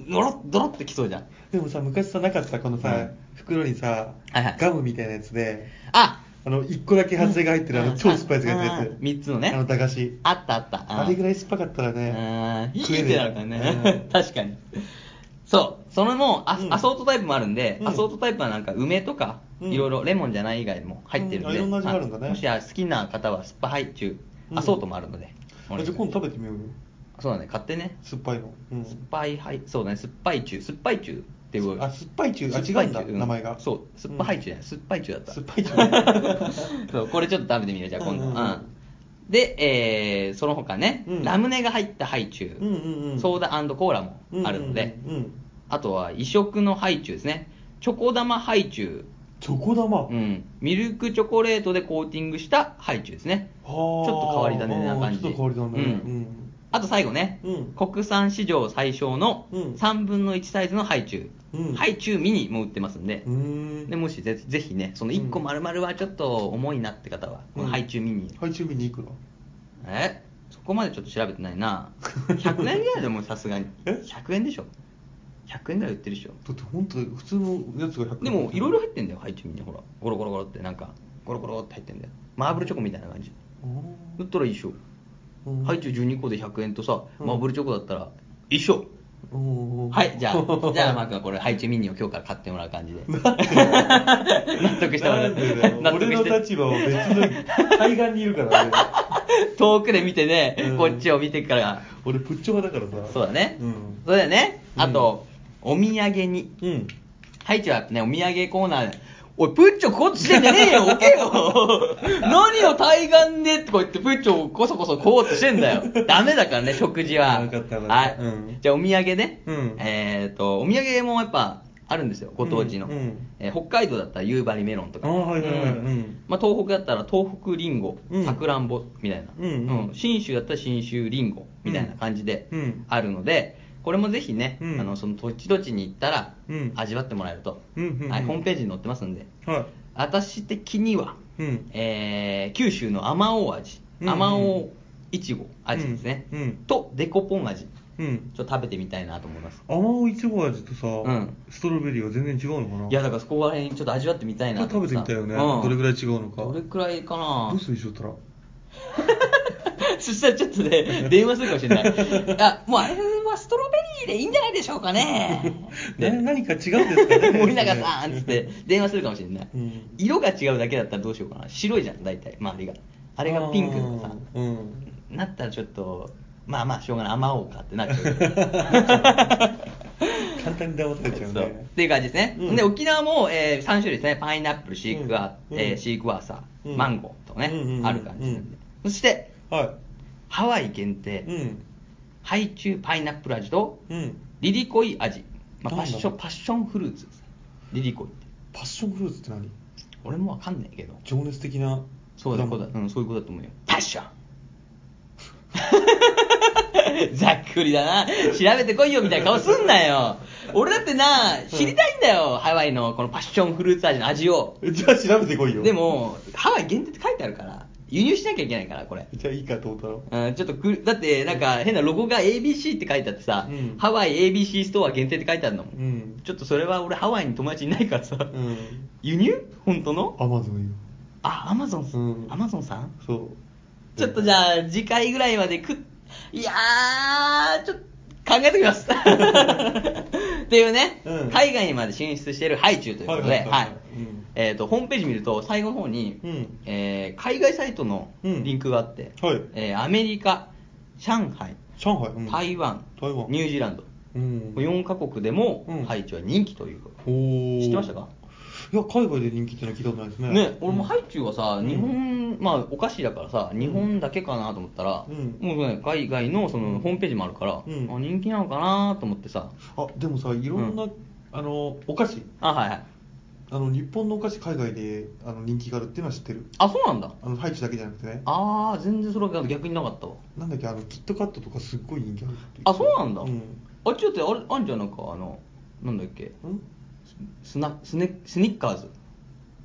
[SPEAKER 3] ドロッドロッてきそうじゃん
[SPEAKER 4] でもさ昔さなかったこの
[SPEAKER 3] う
[SPEAKER 4] さ
[SPEAKER 3] ん
[SPEAKER 4] 袋にさ
[SPEAKER 3] はいはい
[SPEAKER 4] ガムみたいなやつで
[SPEAKER 3] あ
[SPEAKER 4] あの1個だけ発生が入ってるあの超酸っぱいやつが
[SPEAKER 3] あ
[SPEAKER 4] 入って
[SPEAKER 3] ー
[SPEAKER 4] るやつ
[SPEAKER 3] 三つのね
[SPEAKER 4] あの駄菓子
[SPEAKER 3] あったあった
[SPEAKER 4] あれぐら
[SPEAKER 3] い
[SPEAKER 4] い酸っぱかったらね
[SPEAKER 3] いいっ
[SPEAKER 4] 食え
[SPEAKER 3] てなるからね確かにそうそれもあ
[SPEAKER 4] うん
[SPEAKER 3] アソートタイプもあるんで、
[SPEAKER 4] うん
[SPEAKER 3] アソートタイプはなんか梅とか、
[SPEAKER 4] うん
[SPEAKER 3] いろいろレモンじゃない以外も入ってるんで、
[SPEAKER 4] うんあいろんな味があるんだね
[SPEAKER 3] はいもしや好きな方は酸っぱハイチュ
[SPEAKER 4] う
[SPEAKER 3] ウ
[SPEAKER 4] ん
[SPEAKER 3] アソートもあるので、
[SPEAKER 4] うんあじゃあ今度食べてみようよ
[SPEAKER 3] そうだね買ってね
[SPEAKER 4] 酸っぱいのうん
[SPEAKER 3] 酸っぱいハイそうだね酸っぱいチュウ酸っぱいチュウっていう
[SPEAKER 4] あ酸っぱいチュウあ
[SPEAKER 3] 酸っぱいチュ
[SPEAKER 4] 違うんだ名前が
[SPEAKER 3] そう酸っぱいハイチュウじゃない酸っぱいチュウだった
[SPEAKER 4] 酸っぱい チュウ
[SPEAKER 3] そうこれちょっと食べてみようじゃあ今度、
[SPEAKER 4] う
[SPEAKER 3] うんん
[SPEAKER 4] うんうん
[SPEAKER 3] で、えーその他ね、
[SPEAKER 4] うん
[SPEAKER 3] ラムネが入ったハイチュウ、
[SPEAKER 4] うんうんうん
[SPEAKER 3] ソーダコーラもあるので、
[SPEAKER 4] うんうんうんうん
[SPEAKER 3] あとは異色のハイチュウですねチョコ玉ハイチュウ、
[SPEAKER 4] チョコ玉
[SPEAKER 3] うん、ミルクチョコレートでコーティングしたハイチュウですね
[SPEAKER 4] ち
[SPEAKER 3] ちょっと変わり種な感じ
[SPEAKER 4] ちょっと変わり種ね
[SPEAKER 3] うんあと最後ね、
[SPEAKER 4] うん
[SPEAKER 3] 国産市場最小の
[SPEAKER 4] うん
[SPEAKER 3] 3分の1サイズのハイチュウ、
[SPEAKER 4] うん
[SPEAKER 3] ハイチュウミニも売ってますんで、
[SPEAKER 4] うーん
[SPEAKER 3] でもしぜぜひねその1個丸々はちょっと重いなって方は、
[SPEAKER 4] うん
[SPEAKER 3] ハイチュウミニ
[SPEAKER 4] ハイチュウミニいくら
[SPEAKER 3] えそこまでちょっと調べてないな100円ぐらいでもうさすがに
[SPEAKER 4] え
[SPEAKER 3] 100円でしょ100円ぐらい売ってるでしょ
[SPEAKER 4] だって本当普通のやつが100円
[SPEAKER 3] でもいろいろ入ってんだよハイチュウミニほらゴロゴロゴロってなんかゴロゴロって入ってんだよマーブルチョコみたいな感じ
[SPEAKER 4] う
[SPEAKER 3] 売ったら一緒、
[SPEAKER 4] うん
[SPEAKER 3] ハイチュウ12個で100円とさ
[SPEAKER 4] うん
[SPEAKER 3] マーブルチョコだったら一緒、
[SPEAKER 4] んおー
[SPEAKER 3] はいじゃあ じゃあマー君はこれハイチュウミニを今日から買ってもらう感じで納得した
[SPEAKER 4] なんでだよ
[SPEAKER 3] 納得
[SPEAKER 4] 俺
[SPEAKER 3] し
[SPEAKER 4] の
[SPEAKER 3] て
[SPEAKER 4] 立場は別の対岸にいるからね
[SPEAKER 3] 遠くで見てね、
[SPEAKER 4] うん
[SPEAKER 3] こっちを見てから
[SPEAKER 4] 俺プッチョ派だからさ
[SPEAKER 3] そうだね、
[SPEAKER 4] うん
[SPEAKER 3] それだよね
[SPEAKER 4] うん
[SPEAKER 3] あと、お土産に
[SPEAKER 4] うん
[SPEAKER 3] ハイチュウはねお土産コーナーでおい、プッチョこっちでねえよ、置け よ何を対岸でってこうやってプッチョをこそこそこうとしてん だよ。ダメだからね、食事は。
[SPEAKER 4] わかったわかった
[SPEAKER 3] はい、
[SPEAKER 4] うん
[SPEAKER 3] じゃあお土産ね。
[SPEAKER 4] うん
[SPEAKER 3] えっ、と、お土産もやっぱあるんですよ、ご当地の。
[SPEAKER 4] うんうん
[SPEAKER 3] えー北海道だったら夕張メロンとか。
[SPEAKER 4] あーはいはいはいうん
[SPEAKER 3] まあ、東北だったら東北りんご
[SPEAKER 4] うん、
[SPEAKER 3] さくらんぼみたいな。
[SPEAKER 4] うんうん
[SPEAKER 3] 信州だったら信州りんごみたいな感じで
[SPEAKER 4] うん
[SPEAKER 3] あるので、これもぜひね、
[SPEAKER 4] うん
[SPEAKER 3] あのその土地土地に行ったら
[SPEAKER 4] うん
[SPEAKER 3] 味わってもらえると、
[SPEAKER 4] うんうんうん
[SPEAKER 3] はい、ホームページに載ってますんで
[SPEAKER 4] は
[SPEAKER 3] 私的には、
[SPEAKER 4] いうん
[SPEAKER 3] えー九州のあまおう味
[SPEAKER 4] うん
[SPEAKER 3] あまおういちご味ですね、
[SPEAKER 4] うんうん
[SPEAKER 3] とデコポン味ち
[SPEAKER 4] うん
[SPEAKER 3] ょっと食べてみたいなと思います
[SPEAKER 4] 甘おういちご味とさ
[SPEAKER 3] うん
[SPEAKER 4] ストロベリーは全然違うのかない
[SPEAKER 3] やだからそこら辺ちょっと味わってみたいなと思
[SPEAKER 4] 食べ
[SPEAKER 3] ってさ
[SPEAKER 4] みたいよね
[SPEAKER 3] うん
[SPEAKER 4] どれぐらい違うのか
[SPEAKER 3] どれくらいかな
[SPEAKER 4] どうするにしよったら
[SPEAKER 3] そしたらちょっと ね、電話するかもしれない。あ、もうあれはストロベリーでいいんじゃないでしょうか ね。
[SPEAKER 4] ね何か違うんですか ね
[SPEAKER 3] 森永さんっつ って電話するかもしれない、
[SPEAKER 4] うん
[SPEAKER 3] 色が違うだけだったらどうしようかな。白いじゃん、大体、周りが。あれがピンクとかさ。
[SPEAKER 4] あーうん
[SPEAKER 3] なったらちょっと、まあまあ、しょうがない、甘おうかって なっちゃう。
[SPEAKER 4] 簡単に騙されちゃう
[SPEAKER 3] そうっ
[SPEAKER 4] ね
[SPEAKER 3] ていう感じですね、
[SPEAKER 4] うん
[SPEAKER 3] で沖縄も、え3種類ですねパイナップルシークワ,、
[SPEAKER 4] うん
[SPEAKER 3] えーシークワーサー、
[SPEAKER 4] うん
[SPEAKER 3] マンゴーとね、
[SPEAKER 4] うんうん
[SPEAKER 3] ある感じなんで、
[SPEAKER 4] うん
[SPEAKER 3] そして
[SPEAKER 4] は
[SPEAKER 3] ハワイ限定、
[SPEAKER 4] いうん
[SPEAKER 3] ハイチュウパイナップル味と
[SPEAKER 4] うん
[SPEAKER 3] リリコイ味、まあ、
[SPEAKER 4] どん
[SPEAKER 3] パ
[SPEAKER 4] な
[SPEAKER 3] ッションパッションフルーツですねリリコイって
[SPEAKER 4] パッションフルーツって何
[SPEAKER 3] 俺もわかんないけど
[SPEAKER 4] 情熱的な
[SPEAKER 3] そうだ
[SPEAKER 4] 果
[SPEAKER 3] そう
[SPEAKER 4] 物
[SPEAKER 3] だ、うん、そういうことだと思うよパッション ざっくりだな調べてこいよみたいな顔すんなよ俺だってな知りたいんだよ、ハワイのこのパッションフルーツ味の味を
[SPEAKER 4] え じゃあ調べてこいよ
[SPEAKER 3] でもハワイ限定って書いてあるから輸入しなきゃいけないからこれ
[SPEAKER 4] じゃあいいかと思ったら
[SPEAKER 3] うん、ちょっとくだってなんか変なロゴが ABC って書いてあってさ、
[SPEAKER 4] うん
[SPEAKER 3] ハワイ ABC ストア限定って書いてあるのもん、
[SPEAKER 4] うん
[SPEAKER 3] ちょっとそれは俺ハワイに友達いないからさ、
[SPEAKER 4] ん
[SPEAKER 3] 輸入本当の
[SPEAKER 4] アマゾンよ
[SPEAKER 3] あアマゾン、
[SPEAKER 4] うん
[SPEAKER 3] アマゾンさん
[SPEAKER 4] そう
[SPEAKER 3] ちょっとじゃあ次回ぐら いまでくいやーちょっと考えておきますとっていうね、
[SPEAKER 4] うん
[SPEAKER 3] 海外にまで進出しているハイチュウということ
[SPEAKER 4] はい
[SPEAKER 3] で
[SPEAKER 4] はいはい
[SPEAKER 3] はい
[SPEAKER 4] うん
[SPEAKER 3] えーとホームページ見ると最後の方に、
[SPEAKER 4] うん
[SPEAKER 3] えー海外サイトの
[SPEAKER 4] うん
[SPEAKER 3] リンクがあって、
[SPEAKER 4] はい
[SPEAKER 3] えーアメリカ上海
[SPEAKER 4] 上海、うん
[SPEAKER 3] 台湾、
[SPEAKER 4] 台湾
[SPEAKER 3] ニュージーランド、
[SPEAKER 4] うん
[SPEAKER 3] 4カ国でも、
[SPEAKER 4] うん
[SPEAKER 3] ハイチュウは人気ということ
[SPEAKER 4] おお
[SPEAKER 3] 知ってましたか
[SPEAKER 4] いや海外で人気ってのは聞いたことないですね
[SPEAKER 3] ね、俺もハ
[SPEAKER 4] い
[SPEAKER 3] イチュウはさ、
[SPEAKER 4] うん
[SPEAKER 3] 日本、まあ、お菓子だからさ、日本だけかなと思ったら、
[SPEAKER 4] うん
[SPEAKER 3] もうね、海外のそのホームページもあるから、
[SPEAKER 4] うん
[SPEAKER 3] あ人気なのかなと思ってさ、
[SPEAKER 4] あでもさいろんな、
[SPEAKER 3] う
[SPEAKER 4] あのお菓子
[SPEAKER 3] あ、はいはい。
[SPEAKER 4] あの日本のお菓子海外であの人気があるっていうのは知ってる
[SPEAKER 3] あ、そうなんだ。
[SPEAKER 4] あのハイチュウだけじゃなくてね
[SPEAKER 3] あー、全然それは逆になかったわ。
[SPEAKER 4] なんだっけあのキットカットとかすっごい人気あるって
[SPEAKER 3] あ、そうなんだ。
[SPEAKER 4] うん
[SPEAKER 3] あっちだって、あれ、あんじゃん、なんか、あの、なんだっけ、
[SPEAKER 4] うん
[SPEAKER 3] スナスネスニッカーズ。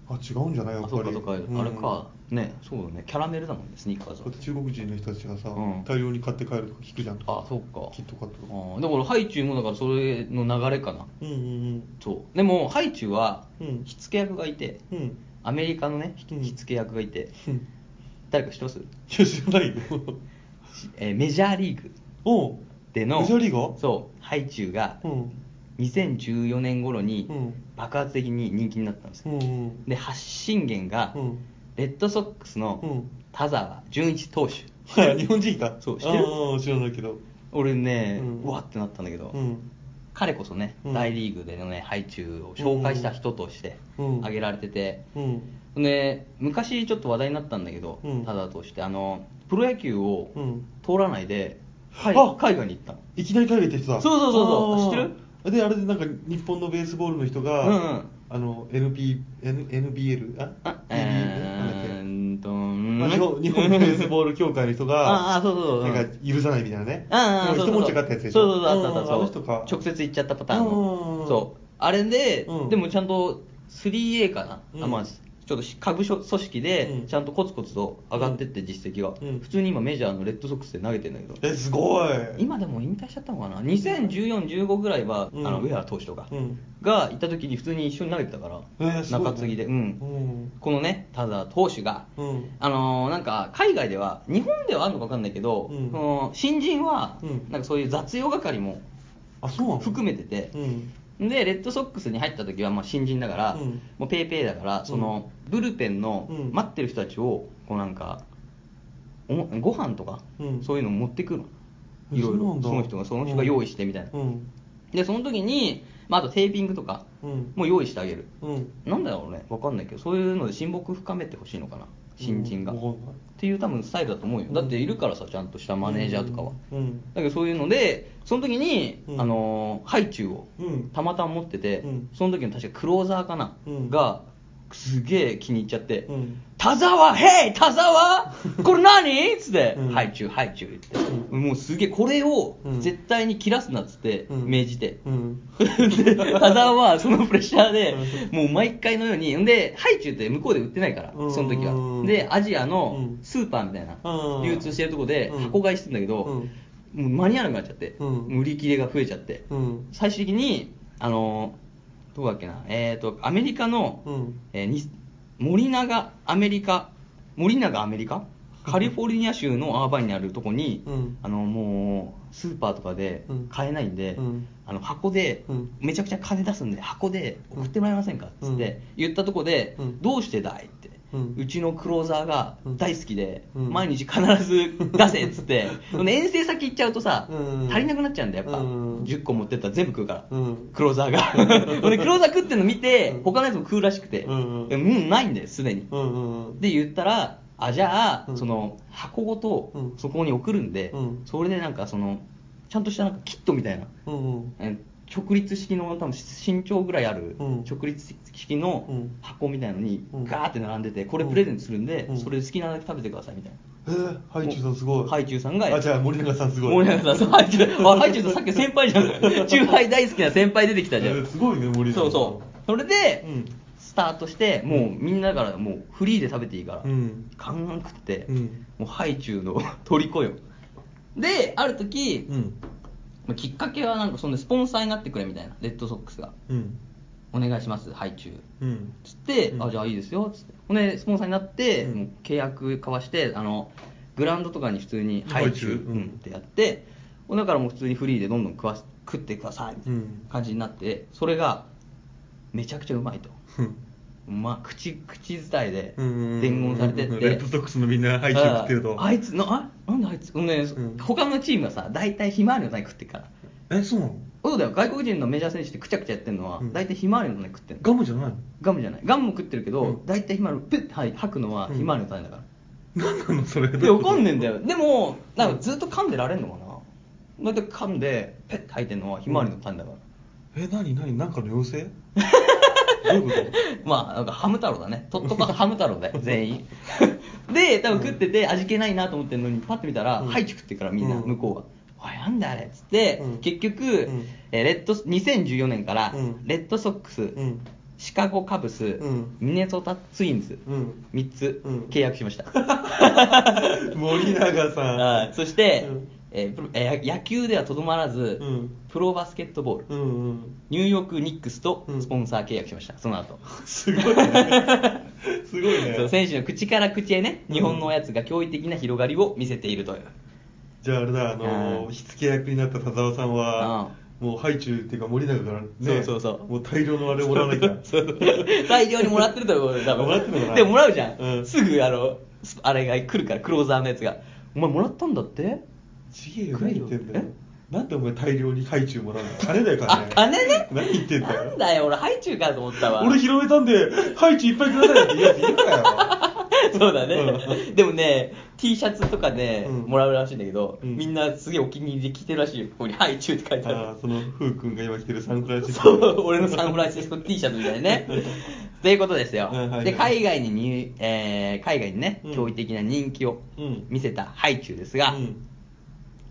[SPEAKER 4] あ違うんじゃないやっ
[SPEAKER 3] あ、そ
[SPEAKER 4] ぱり
[SPEAKER 3] うか、そうか、
[SPEAKER 4] うん
[SPEAKER 3] あれか、ね、そうだね、キャラメルだもんね、スニッカーズ
[SPEAKER 4] だ
[SPEAKER 3] は
[SPEAKER 4] って。中国人の人たちがさ、
[SPEAKER 3] うん
[SPEAKER 4] 大量に買って帰るとか聞くじゃん
[SPEAKER 3] あ、そうか。
[SPEAKER 4] キットカットと
[SPEAKER 3] あ
[SPEAKER 4] か
[SPEAKER 3] ーだから、ハイチュウも、だから、それの流れかな。
[SPEAKER 4] うんうん
[SPEAKER 3] そうでもハイチュウは
[SPEAKER 4] うん
[SPEAKER 3] 火付け役がいて、
[SPEAKER 4] うんうん
[SPEAKER 3] アメリカのね
[SPEAKER 4] う
[SPEAKER 3] 火
[SPEAKER 4] ん
[SPEAKER 3] 火付け役がいて、
[SPEAKER 4] うん
[SPEAKER 3] 誰か知ってます、
[SPEAKER 4] いや知ら ないよ
[SPEAKER 3] しえーメジャーリーグ
[SPEAKER 4] おう
[SPEAKER 3] での
[SPEAKER 4] メジャーリーガー
[SPEAKER 3] そうハイチュウが
[SPEAKER 4] うん
[SPEAKER 3] 2014年頃に
[SPEAKER 4] うん
[SPEAKER 3] 爆発的に人気になったんです
[SPEAKER 4] う
[SPEAKER 3] よ、
[SPEAKER 4] んうん
[SPEAKER 3] で発信源が、
[SPEAKER 4] うん
[SPEAKER 3] レッドソックス
[SPEAKER 4] う
[SPEAKER 3] の
[SPEAKER 4] ん
[SPEAKER 3] 田沢純一投手、
[SPEAKER 4] はい日本人か
[SPEAKER 3] そう知ってる
[SPEAKER 4] ああ知らないけど
[SPEAKER 3] 俺ね、
[SPEAKER 4] う
[SPEAKER 3] うんわってなったんだけど、
[SPEAKER 4] うん
[SPEAKER 3] 彼こそね、
[SPEAKER 4] うん
[SPEAKER 3] 大リーグでのねハイチュウを紹介した人として
[SPEAKER 4] うん
[SPEAKER 3] 挙げられてて、
[SPEAKER 4] うん
[SPEAKER 3] ね、昔ちょっと話題になったんだけど、
[SPEAKER 4] うん
[SPEAKER 3] ただとしてあのプロ野球を
[SPEAKER 4] うん
[SPEAKER 3] 通らないで、海
[SPEAKER 4] あ
[SPEAKER 3] 海外に行ったの
[SPEAKER 4] いきなり海外って人だ
[SPEAKER 3] そうそうそうそう
[SPEAKER 4] あ
[SPEAKER 3] 知
[SPEAKER 4] ー
[SPEAKER 3] って
[SPEAKER 4] であれでなんか日本のベースボールの人が、
[SPEAKER 3] うんうん
[SPEAKER 4] あの NP N NBL あ
[SPEAKER 3] あ
[SPEAKER 4] PBL なんだっ
[SPEAKER 3] え
[SPEAKER 4] け
[SPEAKER 3] ーんと
[SPEAKER 4] まあ日本日 本ベースボール協会の人が
[SPEAKER 3] ああそうそうそう
[SPEAKER 4] なんか許さないみたいなね
[SPEAKER 3] ああ
[SPEAKER 4] なん
[SPEAKER 3] そ
[SPEAKER 4] か
[SPEAKER 3] うそうそ
[SPEAKER 4] 一文字
[SPEAKER 3] う
[SPEAKER 4] かったやつでし
[SPEAKER 3] そう
[SPEAKER 4] ょ
[SPEAKER 3] そうそうあったあった
[SPEAKER 4] んあ
[SPEAKER 3] そ
[SPEAKER 4] の
[SPEAKER 3] う
[SPEAKER 4] 人か
[SPEAKER 3] 直接行っちゃったパターン
[SPEAKER 4] うんうんう
[SPEAKER 3] の
[SPEAKER 4] ん
[SPEAKER 3] そうあれで、
[SPEAKER 4] うん
[SPEAKER 3] でもちゃんと 3A かな、
[SPEAKER 4] うん
[SPEAKER 3] あまあちょっと下部組織
[SPEAKER 4] う
[SPEAKER 3] で
[SPEAKER 4] ん
[SPEAKER 3] ちゃんとコツコツと上がってって実績が、
[SPEAKER 4] うん
[SPEAKER 3] 普通に今メジャーのレッドソックスで投げてんだけど、
[SPEAKER 4] えすごい
[SPEAKER 3] 今でも引退しちゃったのかな2014、15ぐらいは、
[SPEAKER 4] うん
[SPEAKER 3] あの上原投手とか、
[SPEAKER 4] うん
[SPEAKER 3] がいた時に普通に一緒に投げてたから、
[SPEAKER 4] えーすごいね
[SPEAKER 3] 中継ぎで、うん
[SPEAKER 4] うん
[SPEAKER 3] このねただ投手が、
[SPEAKER 4] うん
[SPEAKER 3] あのーなんか海外では日本ではあるのか分かんないけど、
[SPEAKER 4] うん
[SPEAKER 3] その新人は、
[SPEAKER 4] うん
[SPEAKER 3] なんかそういう雑用係も
[SPEAKER 4] あそうなの
[SPEAKER 3] 含めてて、
[SPEAKER 4] うん
[SPEAKER 3] でレッドソックスに入った時はまあ新人だから、
[SPEAKER 4] うん
[SPEAKER 3] もうペイペイだからその、ブルペンの
[SPEAKER 4] うん
[SPEAKER 3] 待ってる人たちをこうなんかおもご飯とか、
[SPEAKER 4] うん
[SPEAKER 3] そういうのを持ってくるの
[SPEAKER 4] え
[SPEAKER 3] いろい
[SPEAKER 4] そうな
[SPEAKER 3] ろ
[SPEAKER 4] んだ
[SPEAKER 3] その人がその人が用意してみたいな、
[SPEAKER 4] うん
[SPEAKER 3] でその時に、まあ、あとテーピングとか
[SPEAKER 4] うん
[SPEAKER 3] も用意してあげる、
[SPEAKER 4] うん
[SPEAKER 3] なんだろうね分かんないけどそういうので親睦深めてほしいのかな新人が、
[SPEAKER 4] うん
[SPEAKER 3] っ
[SPEAKER 4] わかんない
[SPEAKER 3] ていう多分スタイルだと思うよだっているからさちゃんとしたマネージャーとかは、
[SPEAKER 4] うんうん
[SPEAKER 3] だけどそういうのでその時に、
[SPEAKER 4] うん
[SPEAKER 3] あのーハイチュウを
[SPEAKER 4] うん
[SPEAKER 3] たまたま持ってて、
[SPEAKER 4] うん
[SPEAKER 3] その時の確かクローザーかな、
[SPEAKER 4] うん
[SPEAKER 3] がすげえ気に入っちゃって、
[SPEAKER 4] うん
[SPEAKER 3] 田沢ヘイ田 沢これ何っつって、
[SPEAKER 4] うん
[SPEAKER 3] ハイチュウハイチュウって、
[SPEAKER 4] う
[SPEAKER 3] もうすげえこれを
[SPEAKER 4] うん
[SPEAKER 3] 絶対に切らすなっつって、
[SPEAKER 4] うん
[SPEAKER 3] 命じて、
[SPEAKER 4] うん
[SPEAKER 3] で田沢はそのプレッシャーで
[SPEAKER 4] う、
[SPEAKER 3] もう毎回のように、んで、ハイチュウって向こうで売ってないから、
[SPEAKER 4] うん
[SPEAKER 3] その時は。で、アジア
[SPEAKER 4] う
[SPEAKER 3] の
[SPEAKER 4] ん
[SPEAKER 3] スーパーみたいな
[SPEAKER 4] うん、
[SPEAKER 3] 流通してるとこで
[SPEAKER 4] うん
[SPEAKER 3] 箱買いしてんだけど、
[SPEAKER 4] う
[SPEAKER 3] も
[SPEAKER 4] ん
[SPEAKER 3] う間に合わなくなっちゃって、
[SPEAKER 4] うん
[SPEAKER 3] もう売り切れが増えちゃって、
[SPEAKER 4] うん
[SPEAKER 3] 最終的に、あのー、どこだっけな、えっと、アメリカの
[SPEAKER 4] うん、
[SPEAKER 3] えーに森永アメリカ、森永アメリカカリフォルニア州のアーバンにあるとこに、
[SPEAKER 4] うん
[SPEAKER 3] あのもうスーパーとかで
[SPEAKER 4] うん
[SPEAKER 3] 買えないんで、
[SPEAKER 4] うん
[SPEAKER 3] あの箱で、
[SPEAKER 4] うん
[SPEAKER 3] めちゃくちゃ金出すんで箱で送ってもらえませんかっつって、言ったとこで、
[SPEAKER 4] うん
[SPEAKER 3] どうしてだいって、
[SPEAKER 4] うん
[SPEAKER 3] ちのクローザーが
[SPEAKER 4] うん
[SPEAKER 3] 大好きで、
[SPEAKER 4] うん
[SPEAKER 3] 毎日必ず出 せっつって、その遠征先行っちゃうとさ、
[SPEAKER 4] うん
[SPEAKER 3] 足りなくなっちゃうんだよやっぱ、
[SPEAKER 4] うん
[SPEAKER 3] 10個持ってったら全部食うから、
[SPEAKER 4] うん
[SPEAKER 3] クローザーが ほんでクローザー食ってんの見て、他のやつも食うらしくて、
[SPEAKER 4] うんうん
[SPEAKER 3] もうないんだよすでに、
[SPEAKER 4] うんうんうん
[SPEAKER 3] で言ったらあじゃあ、
[SPEAKER 4] うん
[SPEAKER 3] その箱ご
[SPEAKER 4] う
[SPEAKER 3] と
[SPEAKER 4] ん
[SPEAKER 3] そこに送るんで、
[SPEAKER 4] うん
[SPEAKER 3] それでなんかそのちゃんとしたなんかキットみたいな、
[SPEAKER 4] うんうん
[SPEAKER 3] え直立式の多分身長ぐらいある、
[SPEAKER 4] うん
[SPEAKER 3] 直立式の
[SPEAKER 4] うん
[SPEAKER 3] 箱みたいのに
[SPEAKER 4] うん
[SPEAKER 3] ガーって並んでてこれプレゼントするんで、
[SPEAKER 4] うん
[SPEAKER 3] それ好きなだけ食べてくださいみたいな。
[SPEAKER 4] えー、ハイチュウさんすごい。
[SPEAKER 3] ハイチュウさんが
[SPEAKER 4] あ、じゃあ森永さんすごい。
[SPEAKER 3] 森永さん、ハイチ ュウ、あ、ハイチュウさんさっき先輩じゃん。中ハイ大好きな先輩出てきたじゃ
[SPEAKER 4] えー
[SPEAKER 3] ん。
[SPEAKER 4] すごいね、森永さん。
[SPEAKER 3] そうそう。それで、
[SPEAKER 4] うん
[SPEAKER 3] スタートして、もうみんなからもうフリーで食べていいから、
[SPEAKER 4] うん
[SPEAKER 3] ガンガン食って、
[SPEAKER 4] うん
[SPEAKER 3] もうハイチュウの 虜よ。で、ある時、
[SPEAKER 4] うん。
[SPEAKER 3] まあきっかけはなんかそんでスポンサーになってくれみたいな、レッドソックスが。
[SPEAKER 4] うん。
[SPEAKER 3] お願いします、ハイチュウ。
[SPEAKER 4] うん。
[SPEAKER 3] つって、
[SPEAKER 4] うん
[SPEAKER 3] あ、じゃあいいですよ、つって。ほんで、スポンサーになって、
[SPEAKER 4] うん
[SPEAKER 3] もう契約交わして、あの、グラウンドとかに普通にハイチュウ
[SPEAKER 4] ハイチュウ
[SPEAKER 3] うんってやって、だからもう普通にフリーでどんどん食わす食ってくださいみたいな感じになって、それがめちゃくちゃうまいと。まあ、口口伝いで伝言されてって、
[SPEAKER 4] うんうんうんレッドソックスのみんなハイチュウ食ってると
[SPEAKER 3] ああいつのあなんであいつ、うんね
[SPEAKER 4] うん
[SPEAKER 3] 他のチームはさ大体ひまわりの種食ってるから
[SPEAKER 4] えそうなの
[SPEAKER 3] そうだよ外国人のメジャー選手ってくちゃくちゃやってるのは、
[SPEAKER 4] うん
[SPEAKER 3] 大体ひまわりの種食ってるの
[SPEAKER 4] ガムじゃないの
[SPEAKER 3] ガムじゃないガムも食ってるけど、
[SPEAKER 4] うん
[SPEAKER 3] 大体ひまわりプッて吐い吐くのはひまわりの種だから、
[SPEAKER 4] 何なのそれ
[SPEAKER 3] いやわかんねえんだよでもなんかずっと噛んでられんのかなだって噛んでペッて吐いてるのはひまわりの種だ から、
[SPEAKER 4] え何何なんかの妖精どういうこと
[SPEAKER 3] まあ、なんかハム太郎だね。とっとかハム太郎で、 全員。で、多分食ってて味気ないなと思ってるのに、パッて見たら、
[SPEAKER 4] うん
[SPEAKER 3] ハイチュウ食ってるからみんな、
[SPEAKER 4] うん
[SPEAKER 3] 向こうが。おい、なんだあれっつって、
[SPEAKER 4] うん
[SPEAKER 3] 結局、
[SPEAKER 4] うん
[SPEAKER 3] えーレッド、2014年から
[SPEAKER 4] うん、
[SPEAKER 3] レッドソックス、
[SPEAKER 4] ん
[SPEAKER 3] シカゴカブス、
[SPEAKER 4] うん
[SPEAKER 3] ミネソタツインズ、
[SPEAKER 4] うん
[SPEAKER 3] 3つ
[SPEAKER 4] うん
[SPEAKER 3] 契約しました。
[SPEAKER 4] 森永さん
[SPEAKER 3] はいそして、
[SPEAKER 4] うん
[SPEAKER 3] えープロえーや野球ではとどまらず、
[SPEAKER 4] うん
[SPEAKER 3] プロバスケットボール、
[SPEAKER 4] う んうん
[SPEAKER 3] ニューヨークニックスと
[SPEAKER 4] うん
[SPEAKER 3] スポンサー契約しました、その後。
[SPEAKER 4] すごいねすごい
[SPEAKER 3] そう
[SPEAKER 4] ね
[SPEAKER 3] 選手の口から口へね、日本のおやつが驚異的な広がりを見せているという。
[SPEAKER 4] じゃああれだあの
[SPEAKER 3] うん
[SPEAKER 4] 火付け役になった田沢さんはもうハイチュウっていうか森永からね
[SPEAKER 3] そうそうそう
[SPEAKER 4] もう大量のあれもらわなきゃ
[SPEAKER 3] 大量にもらってるということで、多分
[SPEAKER 4] もらってるのかな
[SPEAKER 3] でももらうじゃん。
[SPEAKER 4] うん
[SPEAKER 3] すぐ、あの、すあれが来るから、クローザーのやつが。お前もらったんだって
[SPEAKER 4] ちげえよ何言ってんだよ
[SPEAKER 3] え
[SPEAKER 4] なんでお前大量にハイチュウもらうの金だよ金
[SPEAKER 3] あ、金ね
[SPEAKER 4] 何言ってんだよ
[SPEAKER 3] なんだよ、俺、ハイチュウかと思ったわ。
[SPEAKER 4] 俺拾えたんでハイチュウいっぱいくださいって言うやついる からよ
[SPEAKER 3] そうだね、
[SPEAKER 4] う
[SPEAKER 3] でもね、T シャツとかね、
[SPEAKER 4] うん
[SPEAKER 3] もらうらしいんだけど、
[SPEAKER 4] うん
[SPEAKER 3] みんなすげえお気に入りで着てるらしいよ。ここに、ハイチュウって書いてある。
[SPEAKER 4] あーそのふうくんが今着てるサンフランシス
[SPEAKER 3] そ
[SPEAKER 4] コ
[SPEAKER 3] う、俺のサンフランシスコ T シャツみたいなね。ということですよ。
[SPEAKER 4] はいはい
[SPEAKER 3] で、海外にに、えー海外にね、
[SPEAKER 4] うん
[SPEAKER 3] 驚異的な人気を
[SPEAKER 4] うん
[SPEAKER 3] 見せたハイチュウですが、
[SPEAKER 4] うん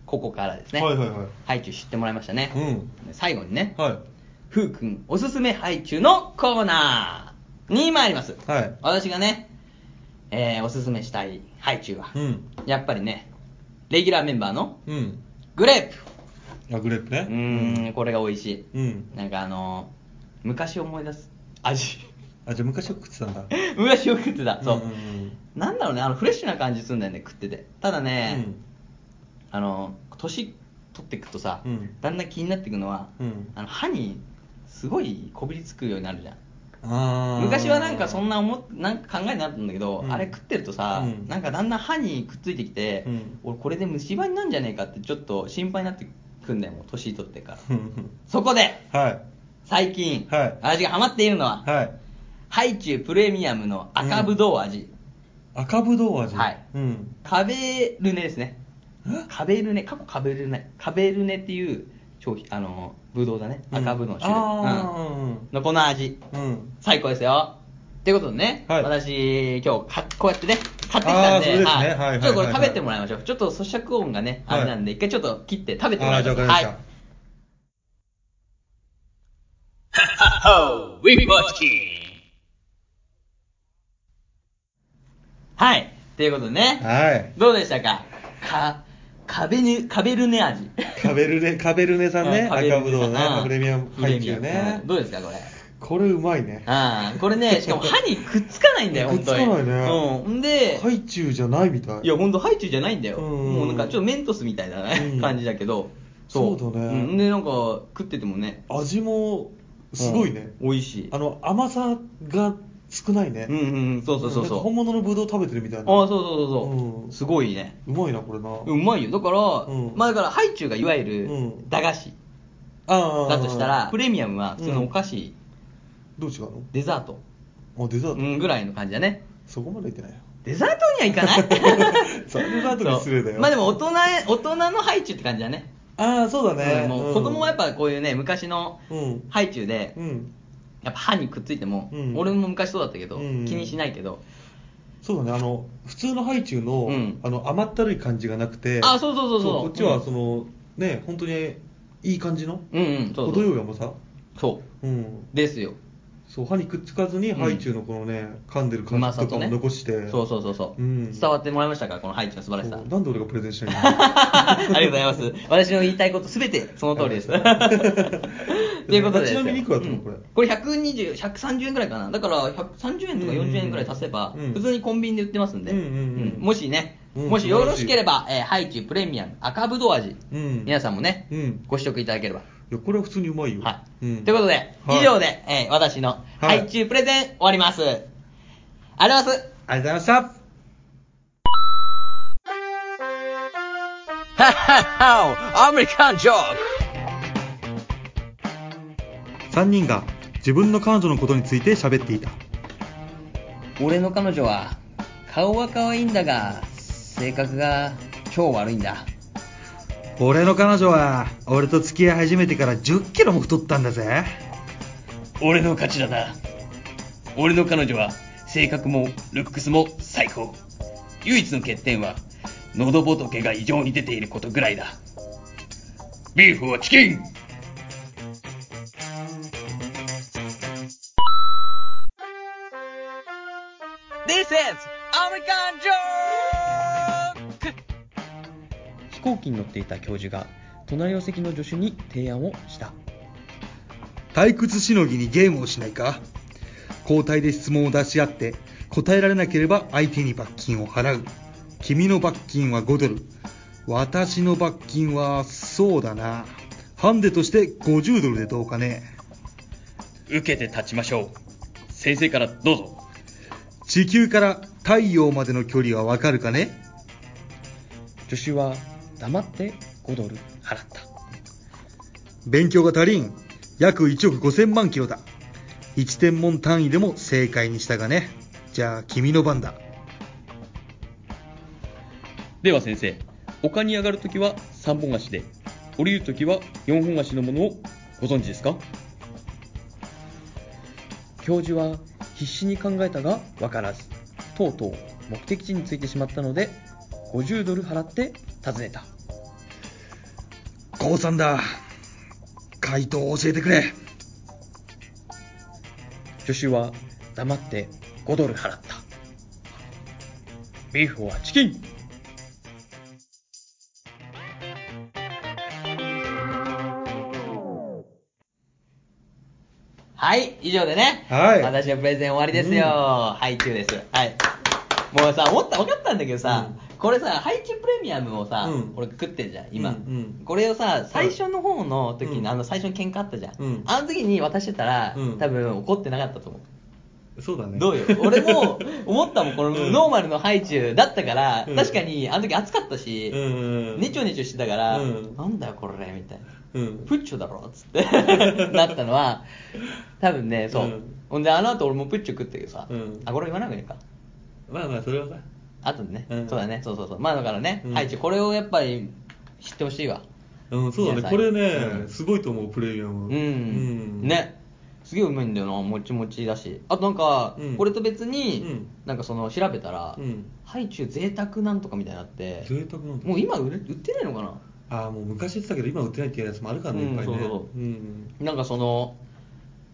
[SPEAKER 3] ここからですね、
[SPEAKER 4] はいはいはい
[SPEAKER 3] ハイチュウ知ってもらいましたね。
[SPEAKER 4] う
[SPEAKER 3] 最後にね、
[SPEAKER 4] は
[SPEAKER 3] ふうくんおすすめハイチュウのコーナーに参ります。
[SPEAKER 4] はい
[SPEAKER 3] 私がね、えーおすすめしたいハイチュウは、
[SPEAKER 4] うん
[SPEAKER 3] やっぱりね、レギュラーメンバーの
[SPEAKER 4] いうん
[SPEAKER 3] グレープ。
[SPEAKER 4] あグレープね
[SPEAKER 3] うーん、これが美味しい。
[SPEAKER 4] うん
[SPEAKER 3] なんかあのー昔を思い出す味
[SPEAKER 4] あじゃあ昔よく食ってたんだ
[SPEAKER 3] 昔を食ってたそう、
[SPEAKER 4] うんうんうん
[SPEAKER 3] なんだろうねあのフレッシュな感じするんだよね食っててただね、
[SPEAKER 4] うん
[SPEAKER 3] あのー年取っていくとさ、
[SPEAKER 4] うん
[SPEAKER 3] だんだん気になっていくのは、
[SPEAKER 4] うん
[SPEAKER 3] あの歯にすごいこびりつくようになるじゃん
[SPEAKER 4] あー
[SPEAKER 3] 昔はなんかそんな思っなんか考えになったんだけど、
[SPEAKER 4] うん
[SPEAKER 3] あれ食ってるとさ、
[SPEAKER 4] うん
[SPEAKER 3] なんかだんだん歯にくっついてきて、
[SPEAKER 4] うん
[SPEAKER 3] 俺これで虫歯になんじゃねえかってちょっと心配になってくんだよもう年取ってから
[SPEAKER 4] うんうん
[SPEAKER 3] そこで
[SPEAKER 4] はい
[SPEAKER 3] 最近、
[SPEAKER 4] はい
[SPEAKER 3] 私がハマっているのは、
[SPEAKER 4] はい
[SPEAKER 3] ハイチュウプレミアムの赤ぶどう味、
[SPEAKER 4] 赤ぶどう味
[SPEAKER 3] はい
[SPEAKER 4] うん
[SPEAKER 3] カベルネですねカベルネ過去カベルネカベルネっていう商品あのぶどうだね
[SPEAKER 4] うん
[SPEAKER 3] 赤ぶどうの種類、
[SPEAKER 4] あー
[SPEAKER 3] うん
[SPEAKER 4] うんうん
[SPEAKER 3] のこの味
[SPEAKER 4] うん
[SPEAKER 3] 最高ですよってことでね、
[SPEAKER 4] はい
[SPEAKER 3] 私今日かこうやってね買ってきたんで
[SPEAKER 4] あーそうですねはいはいはいはい
[SPEAKER 3] ちょっとこれ食べてもらいましょうちょっと咀嚼音がねあれなんで、一回ちょっと切って食べてもら
[SPEAKER 4] あ
[SPEAKER 3] い
[SPEAKER 4] ー
[SPEAKER 3] まし
[SPEAKER 4] じ
[SPEAKER 3] ょ
[SPEAKER 4] ゃあ
[SPEAKER 3] う
[SPEAKER 4] 分かりま
[SPEAKER 3] はい
[SPEAKER 4] した
[SPEAKER 5] Oh, we watching.
[SPEAKER 3] はいということでね、
[SPEAKER 4] はい
[SPEAKER 3] どうでしたかかカベヌカベルネ 味
[SPEAKER 4] カベルネ、カベルネさん ね、
[SPEAKER 3] カベルネ
[SPEAKER 4] 赤ぶどうね
[SPEAKER 3] さん、
[SPEAKER 4] プレミアム配給ね
[SPEAKER 3] うん。どうですか、これ。
[SPEAKER 4] これうまいね。
[SPEAKER 3] ああ、これ ね、しかも歯にくっつかないんだよ、
[SPEAKER 4] く
[SPEAKER 3] 本
[SPEAKER 4] っつか
[SPEAKER 3] 当に。
[SPEAKER 4] ないね
[SPEAKER 3] うん。んで、
[SPEAKER 4] ハイチュウじゃないみたい。
[SPEAKER 3] いや、本当ハイチュウじゃないんだよ。
[SPEAKER 4] うん
[SPEAKER 3] もうなんか、ちょっとメントスみたいなね
[SPEAKER 4] うん
[SPEAKER 3] 感じだけど。
[SPEAKER 4] そうだね
[SPEAKER 3] んで、なんか、食っててもね、
[SPEAKER 4] 味もすごいね。
[SPEAKER 3] うん美味しい。
[SPEAKER 4] あの、甘さが少ないね。
[SPEAKER 3] うんうんうん、そうそうそうそ
[SPEAKER 4] なんか本
[SPEAKER 3] う。
[SPEAKER 4] 物のブドウ食べてるみたいな。
[SPEAKER 3] ああ、そうそうそうそう、
[SPEAKER 4] うん
[SPEAKER 3] すごいね。
[SPEAKER 4] うまいな、これな。
[SPEAKER 3] うまいよ。だから、
[SPEAKER 4] うん
[SPEAKER 3] まあだから、ハイチュウがいわゆる
[SPEAKER 4] うん、
[SPEAKER 3] 駄菓子
[SPEAKER 4] ああ。
[SPEAKER 3] だとしたら、プレミアムは普通のお菓子、
[SPEAKER 4] どう違うの
[SPEAKER 3] デザート、
[SPEAKER 4] あ、デザー
[SPEAKER 3] う
[SPEAKER 4] ト。
[SPEAKER 3] ん、ぐらいの感じだね。
[SPEAKER 4] そこまでいってないよ。
[SPEAKER 3] デザートにはいかない
[SPEAKER 4] そうデザートに失礼だよ
[SPEAKER 3] そうまあでも大人へ大人のハイチュウって感じだね
[SPEAKER 4] ああ、そうだね。
[SPEAKER 3] うんもう子供はやっぱこういうね昔の
[SPEAKER 4] うん
[SPEAKER 3] ハイチュウで、
[SPEAKER 4] うん。
[SPEAKER 3] やっぱ歯にくっついても、
[SPEAKER 4] うん
[SPEAKER 3] 俺も昔そうだったけど、
[SPEAKER 4] うん
[SPEAKER 3] 気にしないけど、
[SPEAKER 4] そうだね、あの、普通のハイチュウの、
[SPEAKER 3] うん
[SPEAKER 4] あの、甘ったるい感じがなくて。
[SPEAKER 3] あそうそうそうそう
[SPEAKER 4] こっち
[SPEAKER 3] う
[SPEAKER 4] は、
[SPEAKER 3] ん
[SPEAKER 4] その、ね、本当に、いい感じの。
[SPEAKER 3] うんうんそうそ
[SPEAKER 4] 程よいう甘さ。
[SPEAKER 3] そ
[SPEAKER 4] うん。
[SPEAKER 3] うですよ
[SPEAKER 4] そう、歯にくっつかずに、
[SPEAKER 3] うん
[SPEAKER 4] ハイチュウのこのね、噛んでる
[SPEAKER 3] う
[SPEAKER 4] 感
[SPEAKER 3] ま
[SPEAKER 4] じ
[SPEAKER 3] さ
[SPEAKER 4] と
[SPEAKER 3] と
[SPEAKER 4] かも
[SPEAKER 3] ね
[SPEAKER 4] 残して。
[SPEAKER 3] そうそうそうそう、
[SPEAKER 4] うん
[SPEAKER 3] 伝わってもらいましたかこのハイチュウの素晴らしさ
[SPEAKER 4] そうなんで俺がプレゼンしたいの
[SPEAKER 3] ありがとうございます。私の言いたいことすべてその通りです。と いうことでですよ。
[SPEAKER 4] ちなみにいくらだったのこれ
[SPEAKER 3] うんこれ120、130円ぐらいかな。だから130円とか40円ぐらい足せば、
[SPEAKER 4] うん
[SPEAKER 3] 普通にコンビニで売ってますんで、
[SPEAKER 4] うんうんうん
[SPEAKER 3] もしね、
[SPEAKER 4] うん
[SPEAKER 3] もしよろしければ、えーハイチュウプレミアム赤ぶどう味、
[SPEAKER 4] うん
[SPEAKER 3] 皆さんもね、
[SPEAKER 4] うん
[SPEAKER 3] ご試食いただければ。
[SPEAKER 4] いやこれは普通にうまいよ、
[SPEAKER 3] はい。
[SPEAKER 4] うん
[SPEAKER 3] ということで、
[SPEAKER 4] はい
[SPEAKER 3] 以上で、えー私の
[SPEAKER 4] は
[SPEAKER 3] ハ
[SPEAKER 4] い
[SPEAKER 3] イチュウプレゼン終わります。ありがとうございます。
[SPEAKER 4] ありがとうございました
[SPEAKER 5] Ha ha ha! American joke!
[SPEAKER 4] 3人が自分の彼女のことについて喋っていた
[SPEAKER 1] 俺の彼女は顔は可愛いんだが性格が超悪いんだ
[SPEAKER 4] 俺の彼女は俺と付き合い始めてから1 0キロも太ったんだぜ
[SPEAKER 1] 俺の勝ちだな俺の彼女は性格もルックスも最高唯一の欠点は喉仏が異常に出ていることぐらいだビーフはチキン
[SPEAKER 3] This is American Joke!
[SPEAKER 1] 飛行機に乗っていた教授が隣の席の助手に提案をした
[SPEAKER 4] 退屈しのぎにゲームをしないか交代で質問を出し合って答えられなければ相手に罰金を払う君の罰金は5ドル私の罰金はそうだなハンデとして50ドルでどうかね
[SPEAKER 1] 受けて立ちましょう先生からどうぞ
[SPEAKER 4] 地球から太陽までの距離はわかるかね
[SPEAKER 1] 助手は黙って5ドル払った
[SPEAKER 4] 勉強が足りん約1億5000万キロだ1天文単位でも正解にしたがねじゃあ君の番だ
[SPEAKER 1] では先生丘に上がるときは3本足で降りるときは4本足のものをご存知ですか教授は必死に考えたが分からずとうとう目的地に着いてしまったので50ドル払って訪ねた
[SPEAKER 4] 高3だ回答を教えてくれ
[SPEAKER 1] 助手は黙って5ドル払ったビーフはチキン
[SPEAKER 3] はい、以上でね。
[SPEAKER 4] はい
[SPEAKER 3] 私のプレゼン終わりですよ。ハイチュウです。はい。もうさ、思った、分かったんだけどさ、これさ、ハイチュウプレミアムをさ、
[SPEAKER 4] うん
[SPEAKER 3] 俺食ってるじゃん、今、
[SPEAKER 4] うんうん
[SPEAKER 3] これをさ、最初の方の時に、
[SPEAKER 4] うん
[SPEAKER 3] あの、最初に喧嘩あったじゃん。
[SPEAKER 4] うん
[SPEAKER 3] あの時に渡してたら、
[SPEAKER 4] うん
[SPEAKER 3] 多分怒ってなかったと思う。
[SPEAKER 4] そうだね
[SPEAKER 3] どうよ。俺も思ったもん、この
[SPEAKER 4] うん
[SPEAKER 3] ノーマルのハイチュウだったから、
[SPEAKER 4] うん
[SPEAKER 3] 確かに、あの時暑かったし、
[SPEAKER 4] ん
[SPEAKER 3] ネチョネチョしてたから、
[SPEAKER 4] うん
[SPEAKER 3] なんだよこれみたいな、
[SPEAKER 4] うん
[SPEAKER 3] プッチョだろっつ ってなったのは多分ねそう、
[SPEAKER 4] うん
[SPEAKER 3] ほんであの後俺もプッチョ食ったけどさ、
[SPEAKER 4] うん
[SPEAKER 3] あこれ言わない方がいいか
[SPEAKER 4] まあまあそれはさ
[SPEAKER 3] あとでね、
[SPEAKER 4] うん
[SPEAKER 3] そうだねそうそうそうまあだからね、
[SPEAKER 4] うん
[SPEAKER 3] ハイチこれをやっぱり知ってほしいわ
[SPEAKER 4] うん
[SPEAKER 3] そうだね皆さんこれねうん
[SPEAKER 4] すごいと思うプレミアム
[SPEAKER 3] うん、ねすげえうまいんだよなもちもちだしあとなんか、
[SPEAKER 4] うん
[SPEAKER 3] これと別に、
[SPEAKER 4] うん
[SPEAKER 3] なんかその調べたら、
[SPEAKER 4] うん
[SPEAKER 3] ハイチュ贅沢なんとかみたいになって
[SPEAKER 4] 沢な
[SPEAKER 3] もう今売れ売ってないのかな
[SPEAKER 4] ああもう昔言ってたけど今売ってないっていうやつもあるからね
[SPEAKER 3] うん
[SPEAKER 4] いっぱいね
[SPEAKER 3] そうそうそう
[SPEAKER 4] うん
[SPEAKER 3] なんかその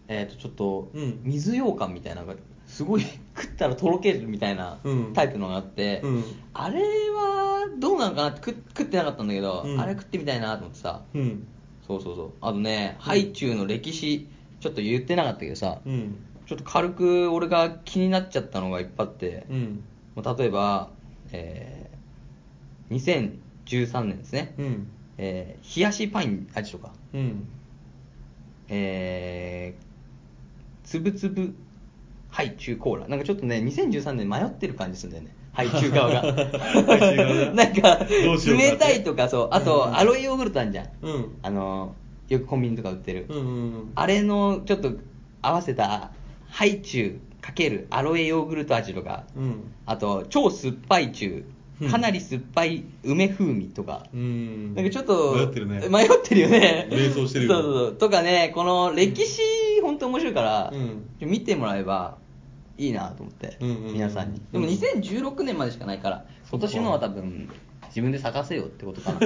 [SPEAKER 3] えっ、とちょっと、
[SPEAKER 4] うん
[SPEAKER 3] 水羊羹みたいなのがすごい食ったらとろけるみたいな
[SPEAKER 4] うん
[SPEAKER 3] タイプのがあって、
[SPEAKER 4] うん
[SPEAKER 3] あれはどうなのかなって食食ってなかったんだけど、
[SPEAKER 4] うん
[SPEAKER 3] あれ食ってみたいなと思ってさ
[SPEAKER 4] うん
[SPEAKER 3] そうそうそうあとね、ハイチュウの歴史ちょっと言ってなかったけどさ、
[SPEAKER 4] うん
[SPEAKER 3] ちょっと軽く俺が気になっちゃったのがいっぱいあって、
[SPEAKER 4] うん
[SPEAKER 3] もう例えば、えー2013年ですね、
[SPEAKER 4] うん
[SPEAKER 3] えー冷やしパイン味とか
[SPEAKER 4] うん
[SPEAKER 3] えー、つぶつぶハイチュウコーラなんかちょっとね2013年迷ってる感じするんだよねハイチュウ側
[SPEAKER 4] ハイチュウ側
[SPEAKER 3] が
[SPEAKER 4] が
[SPEAKER 3] なんか
[SPEAKER 4] どうしようかって
[SPEAKER 3] 冷たいとかそうあ
[SPEAKER 4] うんうん
[SPEAKER 3] とアロエヨーグルトあんじゃん、
[SPEAKER 4] うん
[SPEAKER 3] あのよくコンビニとか売ってる、
[SPEAKER 4] うんうん
[SPEAKER 3] あれのちょっと合わせたハイチュウ×アロエヨーグルト味とか、
[SPEAKER 4] うん
[SPEAKER 3] あと超酸っぱいチュ
[SPEAKER 4] う
[SPEAKER 3] ウ
[SPEAKER 4] ん
[SPEAKER 3] かなり酸っぱい梅風味とか、
[SPEAKER 4] うん
[SPEAKER 3] なんかちょっと
[SPEAKER 4] 迷ってるね
[SPEAKER 3] 迷ってるよね
[SPEAKER 4] 迷走してるよ
[SPEAKER 3] そうそうそうとかねこの歴史本当面白いから、
[SPEAKER 4] うん
[SPEAKER 3] ちょ見てもらえばいいなと思って、
[SPEAKER 4] うんうんうん
[SPEAKER 3] 皆さんにで
[SPEAKER 4] う
[SPEAKER 3] も
[SPEAKER 4] ん
[SPEAKER 3] 2016年までしかないから今年のは多分自分で探せよってこと かな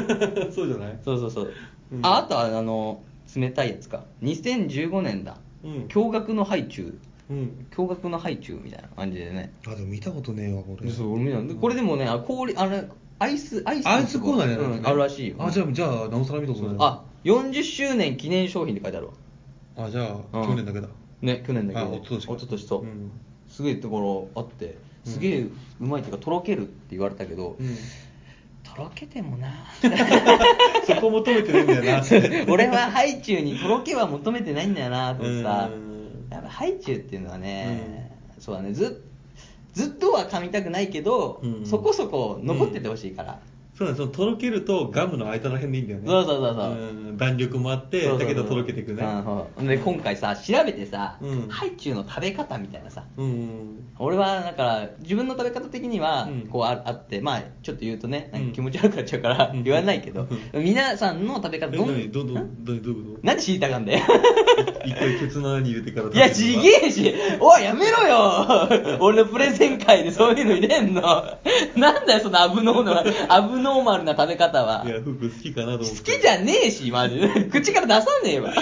[SPEAKER 4] そうじゃない
[SPEAKER 3] そうそうそう、
[SPEAKER 4] うん
[SPEAKER 3] ああとはあの冷たいやつか2015年だ、
[SPEAKER 4] うん
[SPEAKER 3] 驚愕のハイチュウ
[SPEAKER 4] うん
[SPEAKER 3] 驚愕のハイチュウみたいな感じでね
[SPEAKER 4] あでも見たことねえわこれ
[SPEAKER 3] そう俺見たのでこれでもねあ氷あれアイスアイス
[SPEAKER 4] アイスコーナーじゃない
[SPEAKER 3] うんあるらしいよ
[SPEAKER 4] あじゃあじゃあなおさら見たことない
[SPEAKER 3] あ40周年記念商品って書いてあるわ、
[SPEAKER 4] あじゃあ
[SPEAKER 3] うん
[SPEAKER 4] 去年だけだ
[SPEAKER 3] ね去年だけ
[SPEAKER 4] あ一昨年か
[SPEAKER 3] 一昨年と、
[SPEAKER 4] うん
[SPEAKER 3] すごいところあってすげえうまいっていうかとろけるって言われたけど、
[SPEAKER 4] うん
[SPEAKER 3] とろけてもな
[SPEAKER 4] そこ求めてないんだよなっ て
[SPEAKER 3] 俺はハイチュウにとろけは求めてないんだよなと思ってさ
[SPEAKER 4] うん
[SPEAKER 3] やっぱハイチュウっていうのはね、そうだねずずっとは噛みたくないけど、
[SPEAKER 4] うん
[SPEAKER 3] そこそこ残っててほしいから、
[SPEAKER 4] そうだねそのとろけるとガムの間の辺でいいんだよね
[SPEAKER 3] そうそうそうそう
[SPEAKER 4] うん弾力もあって
[SPEAKER 3] そうそうそう
[SPEAKER 4] だけどとろけていくね
[SPEAKER 3] うんそうで今回さ調べてさ、
[SPEAKER 4] うん
[SPEAKER 3] ハイチュウの食べ方みたいなさ
[SPEAKER 4] うん
[SPEAKER 3] 俺はだから自分の食べ方的には
[SPEAKER 4] うん
[SPEAKER 3] こうああってまあちょっと言うとねなん
[SPEAKER 4] うん
[SPEAKER 3] か気持ち悪くなっちゃうから
[SPEAKER 4] うん
[SPEAKER 3] 言わないけど皆さんの食べ
[SPEAKER 4] え
[SPEAKER 3] 方ど
[SPEAKER 4] 何
[SPEAKER 3] ん
[SPEAKER 4] どどど
[SPEAKER 3] ん
[SPEAKER 4] どういうこと
[SPEAKER 3] 何知りたがんだよ
[SPEAKER 4] 一回ケツの穴に入れてから
[SPEAKER 3] い
[SPEAKER 4] 食べ
[SPEAKER 3] や
[SPEAKER 4] るのか
[SPEAKER 3] ちげえしおいやめろよ俺のプレゼン会でそういうの入れんのなんだよそのアブノーマルアブノーマルな食べ方はい
[SPEAKER 4] や服好きかなと思って
[SPEAKER 3] 好きじ ゃねえし、マジで。口から出さねえわ。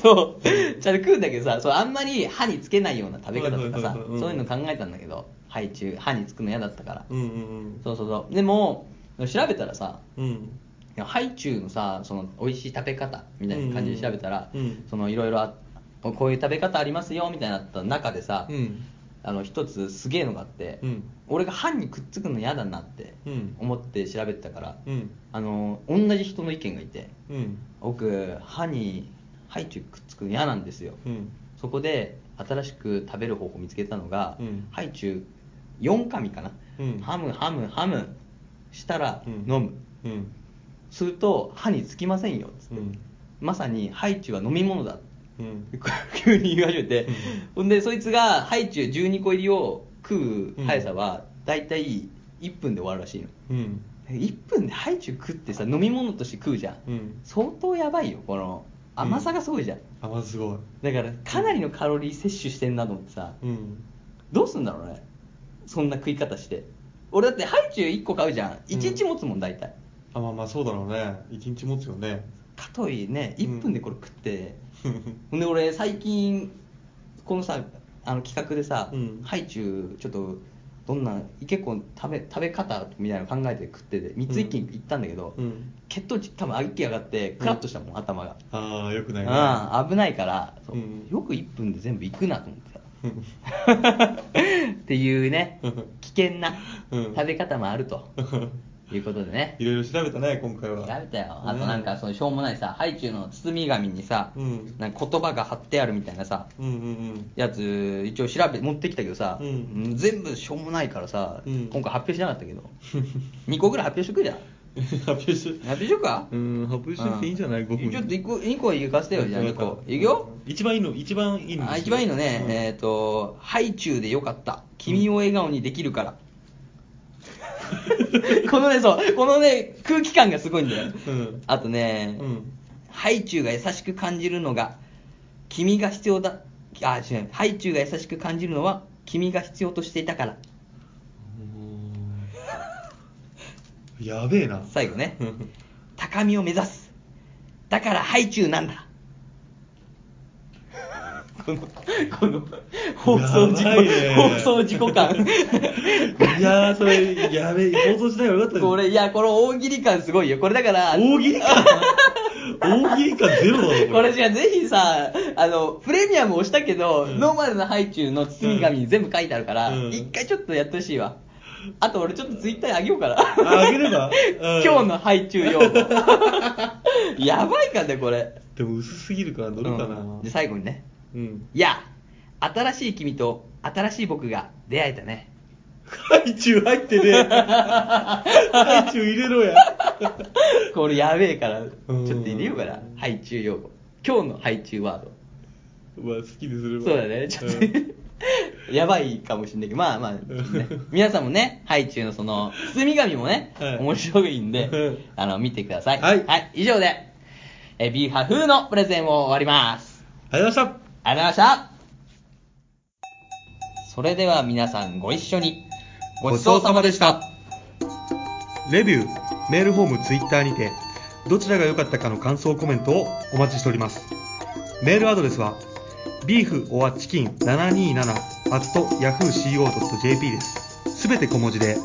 [SPEAKER 3] そう。ちゃんと食うんだけどさ、そうあんまり歯につけないような食べ方とか
[SPEAKER 4] は
[SPEAKER 3] さ
[SPEAKER 4] いはいはい、はいうん
[SPEAKER 3] そういうの考えたんだけど、肺中、歯につくの嫌だったから。
[SPEAKER 4] うんうん
[SPEAKER 3] そうそうそう。でも、調べたらさ、
[SPEAKER 4] うんうん
[SPEAKER 3] いやハイチュウのさその美味しい食べ方みたいな感じで調べたら、
[SPEAKER 4] うんうん
[SPEAKER 3] そのいろいろあこういう食べ方ありますよみたいなのあった中でさ、
[SPEAKER 4] うん
[SPEAKER 3] あの一つすげえのがあって、
[SPEAKER 4] うん
[SPEAKER 3] 俺が歯にくっつくの嫌だなって
[SPEAKER 4] うん
[SPEAKER 3] 思って調べてたから、
[SPEAKER 4] うん
[SPEAKER 3] あの同じ人の意見がいて
[SPEAKER 4] うん
[SPEAKER 3] 僕歯にハイチュウくっつくの嫌なんですよ、
[SPEAKER 4] うん
[SPEAKER 3] そこで新しく食べる方法見つけたのが、
[SPEAKER 4] うん
[SPEAKER 3] ハイチュウ4紙かな、
[SPEAKER 4] うん
[SPEAKER 3] ハムハムハムしたら
[SPEAKER 4] うん
[SPEAKER 3] 飲む、
[SPEAKER 4] うん
[SPEAKER 3] すると歯につきませんよっつって、
[SPEAKER 4] うん
[SPEAKER 3] まさにハイチュウは飲み物だ
[SPEAKER 4] うん
[SPEAKER 3] 急に言い始めて
[SPEAKER 4] うん
[SPEAKER 3] ほんでそいつがハイチュウ12個入りを食
[SPEAKER 4] う
[SPEAKER 3] うん速さは大体1分で終わるらしいの
[SPEAKER 4] うん
[SPEAKER 3] 1分でハイチュウ食ってさ飲み物として食うじゃん、
[SPEAKER 4] うん
[SPEAKER 3] 相当やばいよこの甘さがすごいじゃん、
[SPEAKER 4] あまあすごい
[SPEAKER 3] だからかなりのカロリー摂取してんなと思ってさ、
[SPEAKER 4] うん
[SPEAKER 3] どうすんだろうねそんな食い方して俺だってハイチュウ1個買うじゃん1日持つもん大体、
[SPEAKER 4] あまあまあそうだろうね一日持つよね
[SPEAKER 3] かといいね
[SPEAKER 4] うん
[SPEAKER 3] 1分でこれ食って、ほんで俺最近このさあの企画でさ、
[SPEAKER 4] うん
[SPEAKER 3] ハイチュウちょっとどんな結構食べ食べ方みたいなの考えて食ってて3つ一気に行ったんだけど、
[SPEAKER 4] うん
[SPEAKER 3] 血糖値多分上げ上がってクラッとしたもん、頭が、
[SPEAKER 4] ああよくないな
[SPEAKER 3] うん、危ないから、そう
[SPEAKER 4] うん
[SPEAKER 3] よく1分で全部行くなと思ってた
[SPEAKER 4] うん
[SPEAKER 3] っていうね
[SPEAKER 4] うん
[SPEAKER 3] 危険な
[SPEAKER 4] うん
[SPEAKER 3] 食べ方もあるということでね
[SPEAKER 4] いろいろ調べたね今回は
[SPEAKER 3] 調べたよあとなんかそのしょうもないさハイチュウの包み紙にさ、
[SPEAKER 4] うん
[SPEAKER 3] なんか言葉が貼ってあるみたいなさ
[SPEAKER 4] うんうん
[SPEAKER 3] やつ一応調べ持ってきたけどさ、
[SPEAKER 4] う
[SPEAKER 3] う
[SPEAKER 4] ん
[SPEAKER 3] ん全部しょうもないからさ、
[SPEAKER 4] うん
[SPEAKER 3] 今回発表しなかった けど2個ぐらい発表しとくじゃん
[SPEAKER 4] うん 発表し
[SPEAKER 3] 発表しようか
[SPEAKER 4] うん発表しといていいんじゃない
[SPEAKER 3] うん
[SPEAKER 4] 僕
[SPEAKER 3] ちょっと1個二個行かせてよじゃあ2個いくよ
[SPEAKER 4] 一番いいの一番いいの
[SPEAKER 3] あ一番いいのね、
[SPEAKER 4] うん
[SPEAKER 3] えっ、と「ハイチュウでよかった君を笑顔にできるから」このねそうこのね空気感がすごいんだよ、
[SPEAKER 4] うん
[SPEAKER 3] あとね、
[SPEAKER 4] うん
[SPEAKER 3] ハイチュウが優しく感じるのが君が必要だあ違うハイチュウが優しく感じるのは君が必要としていたから
[SPEAKER 4] うんやべえな
[SPEAKER 3] 最後ね
[SPEAKER 4] うん
[SPEAKER 3] 高みを目指すだからハイチュウなん だこのこの放送事
[SPEAKER 4] やばいね
[SPEAKER 3] 故放送事故 感
[SPEAKER 4] いやーそれやべえ放送したらよかったね
[SPEAKER 3] これいやこの大喜利感すごいよこれだから
[SPEAKER 4] 大喜利感大喜利感ゼロだぞ
[SPEAKER 3] これじゃあぜひさあのプレミアム押したけど、ノーマルなハイチュウの包み紙に全部書いてあるから
[SPEAKER 4] うん
[SPEAKER 3] 一、回ちょっとやってほしいわあと俺ちょっとツイッターにあげようか
[SPEAKER 4] あ
[SPEAKER 3] な
[SPEAKER 4] あげれば、うん
[SPEAKER 3] 今日のハイチュウ用 語やばいかねこれ
[SPEAKER 4] でも薄すぎるから乗るかな
[SPEAKER 3] うんで最後にね
[SPEAKER 4] うん
[SPEAKER 3] いや新しい君と新しい僕が出会えたね
[SPEAKER 4] ハイチュウ入って ねえハイチュウ入れろや
[SPEAKER 3] これやべえからちょ
[SPEAKER 4] ん
[SPEAKER 3] っと入れようかなハイチュウ用語今日のハイチュウワード
[SPEAKER 4] まあ好きでするわ
[SPEAKER 3] そうだね、ちょっと、
[SPEAKER 4] うん
[SPEAKER 3] やばいかもしれないけど、まあまあ、ね皆さんもね、ハイチュウのその、包み紙もね、
[SPEAKER 4] はい
[SPEAKER 3] 面白いんで
[SPEAKER 4] うん、
[SPEAKER 3] あの、見てください。
[SPEAKER 4] はい
[SPEAKER 3] 以上で、えービーハー風のプレゼンを終わります。
[SPEAKER 4] ありがとうございま
[SPEAKER 3] あ
[SPEAKER 4] した
[SPEAKER 3] りがとうございましたそれでは皆さんご一緒に、ごちそうさまでした。
[SPEAKER 2] レビュー、メールフォーム、ツイッターにて、どちらが良かったかの感想コメントをお待ちしております。メールアドレスは、beeforchicken727-yahooco.jp です。すべて小文字で、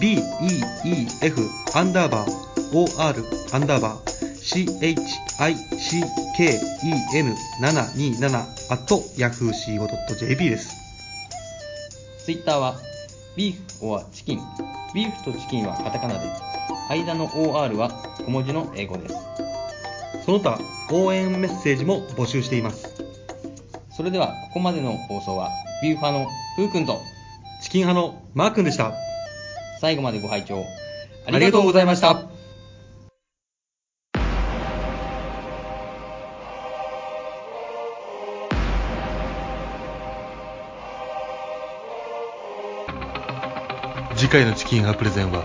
[SPEAKER 2] beef アンダーバー or アンダーバー chicken727-yahooco.jp です。
[SPEAKER 3] ツイッターは、ビーフ or チキン。ビーフとチキンはカタカナで、間の OR は小文字の英語です。
[SPEAKER 4] その他、応援メッセージも募集しています。
[SPEAKER 3] それでは、ここまでの放送は、ビューファのふうくんと、
[SPEAKER 4] チキン派のマー君でした。
[SPEAKER 3] 最後までご拝聴あ
[SPEAKER 4] あ
[SPEAKER 3] り
[SPEAKER 4] り
[SPEAKER 3] が
[SPEAKER 4] が
[SPEAKER 3] とうご
[SPEAKER 4] とうご
[SPEAKER 3] ざ
[SPEAKER 4] ざ
[SPEAKER 3] い
[SPEAKER 4] い
[SPEAKER 3] ま
[SPEAKER 4] ま
[SPEAKER 3] し
[SPEAKER 4] したた。
[SPEAKER 2] 次回のチキン派プレゼンは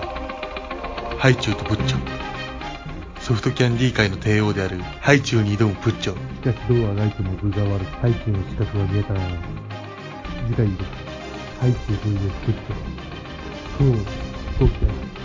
[SPEAKER 2] ハイチュウとブッチョソフトキャンディー界の帝王であるハイチュウに挑むブッチョ
[SPEAKER 6] しかしどうあがいても具が悪く背景の近くは見えたらない次回です背景というスケッチはそう、とってある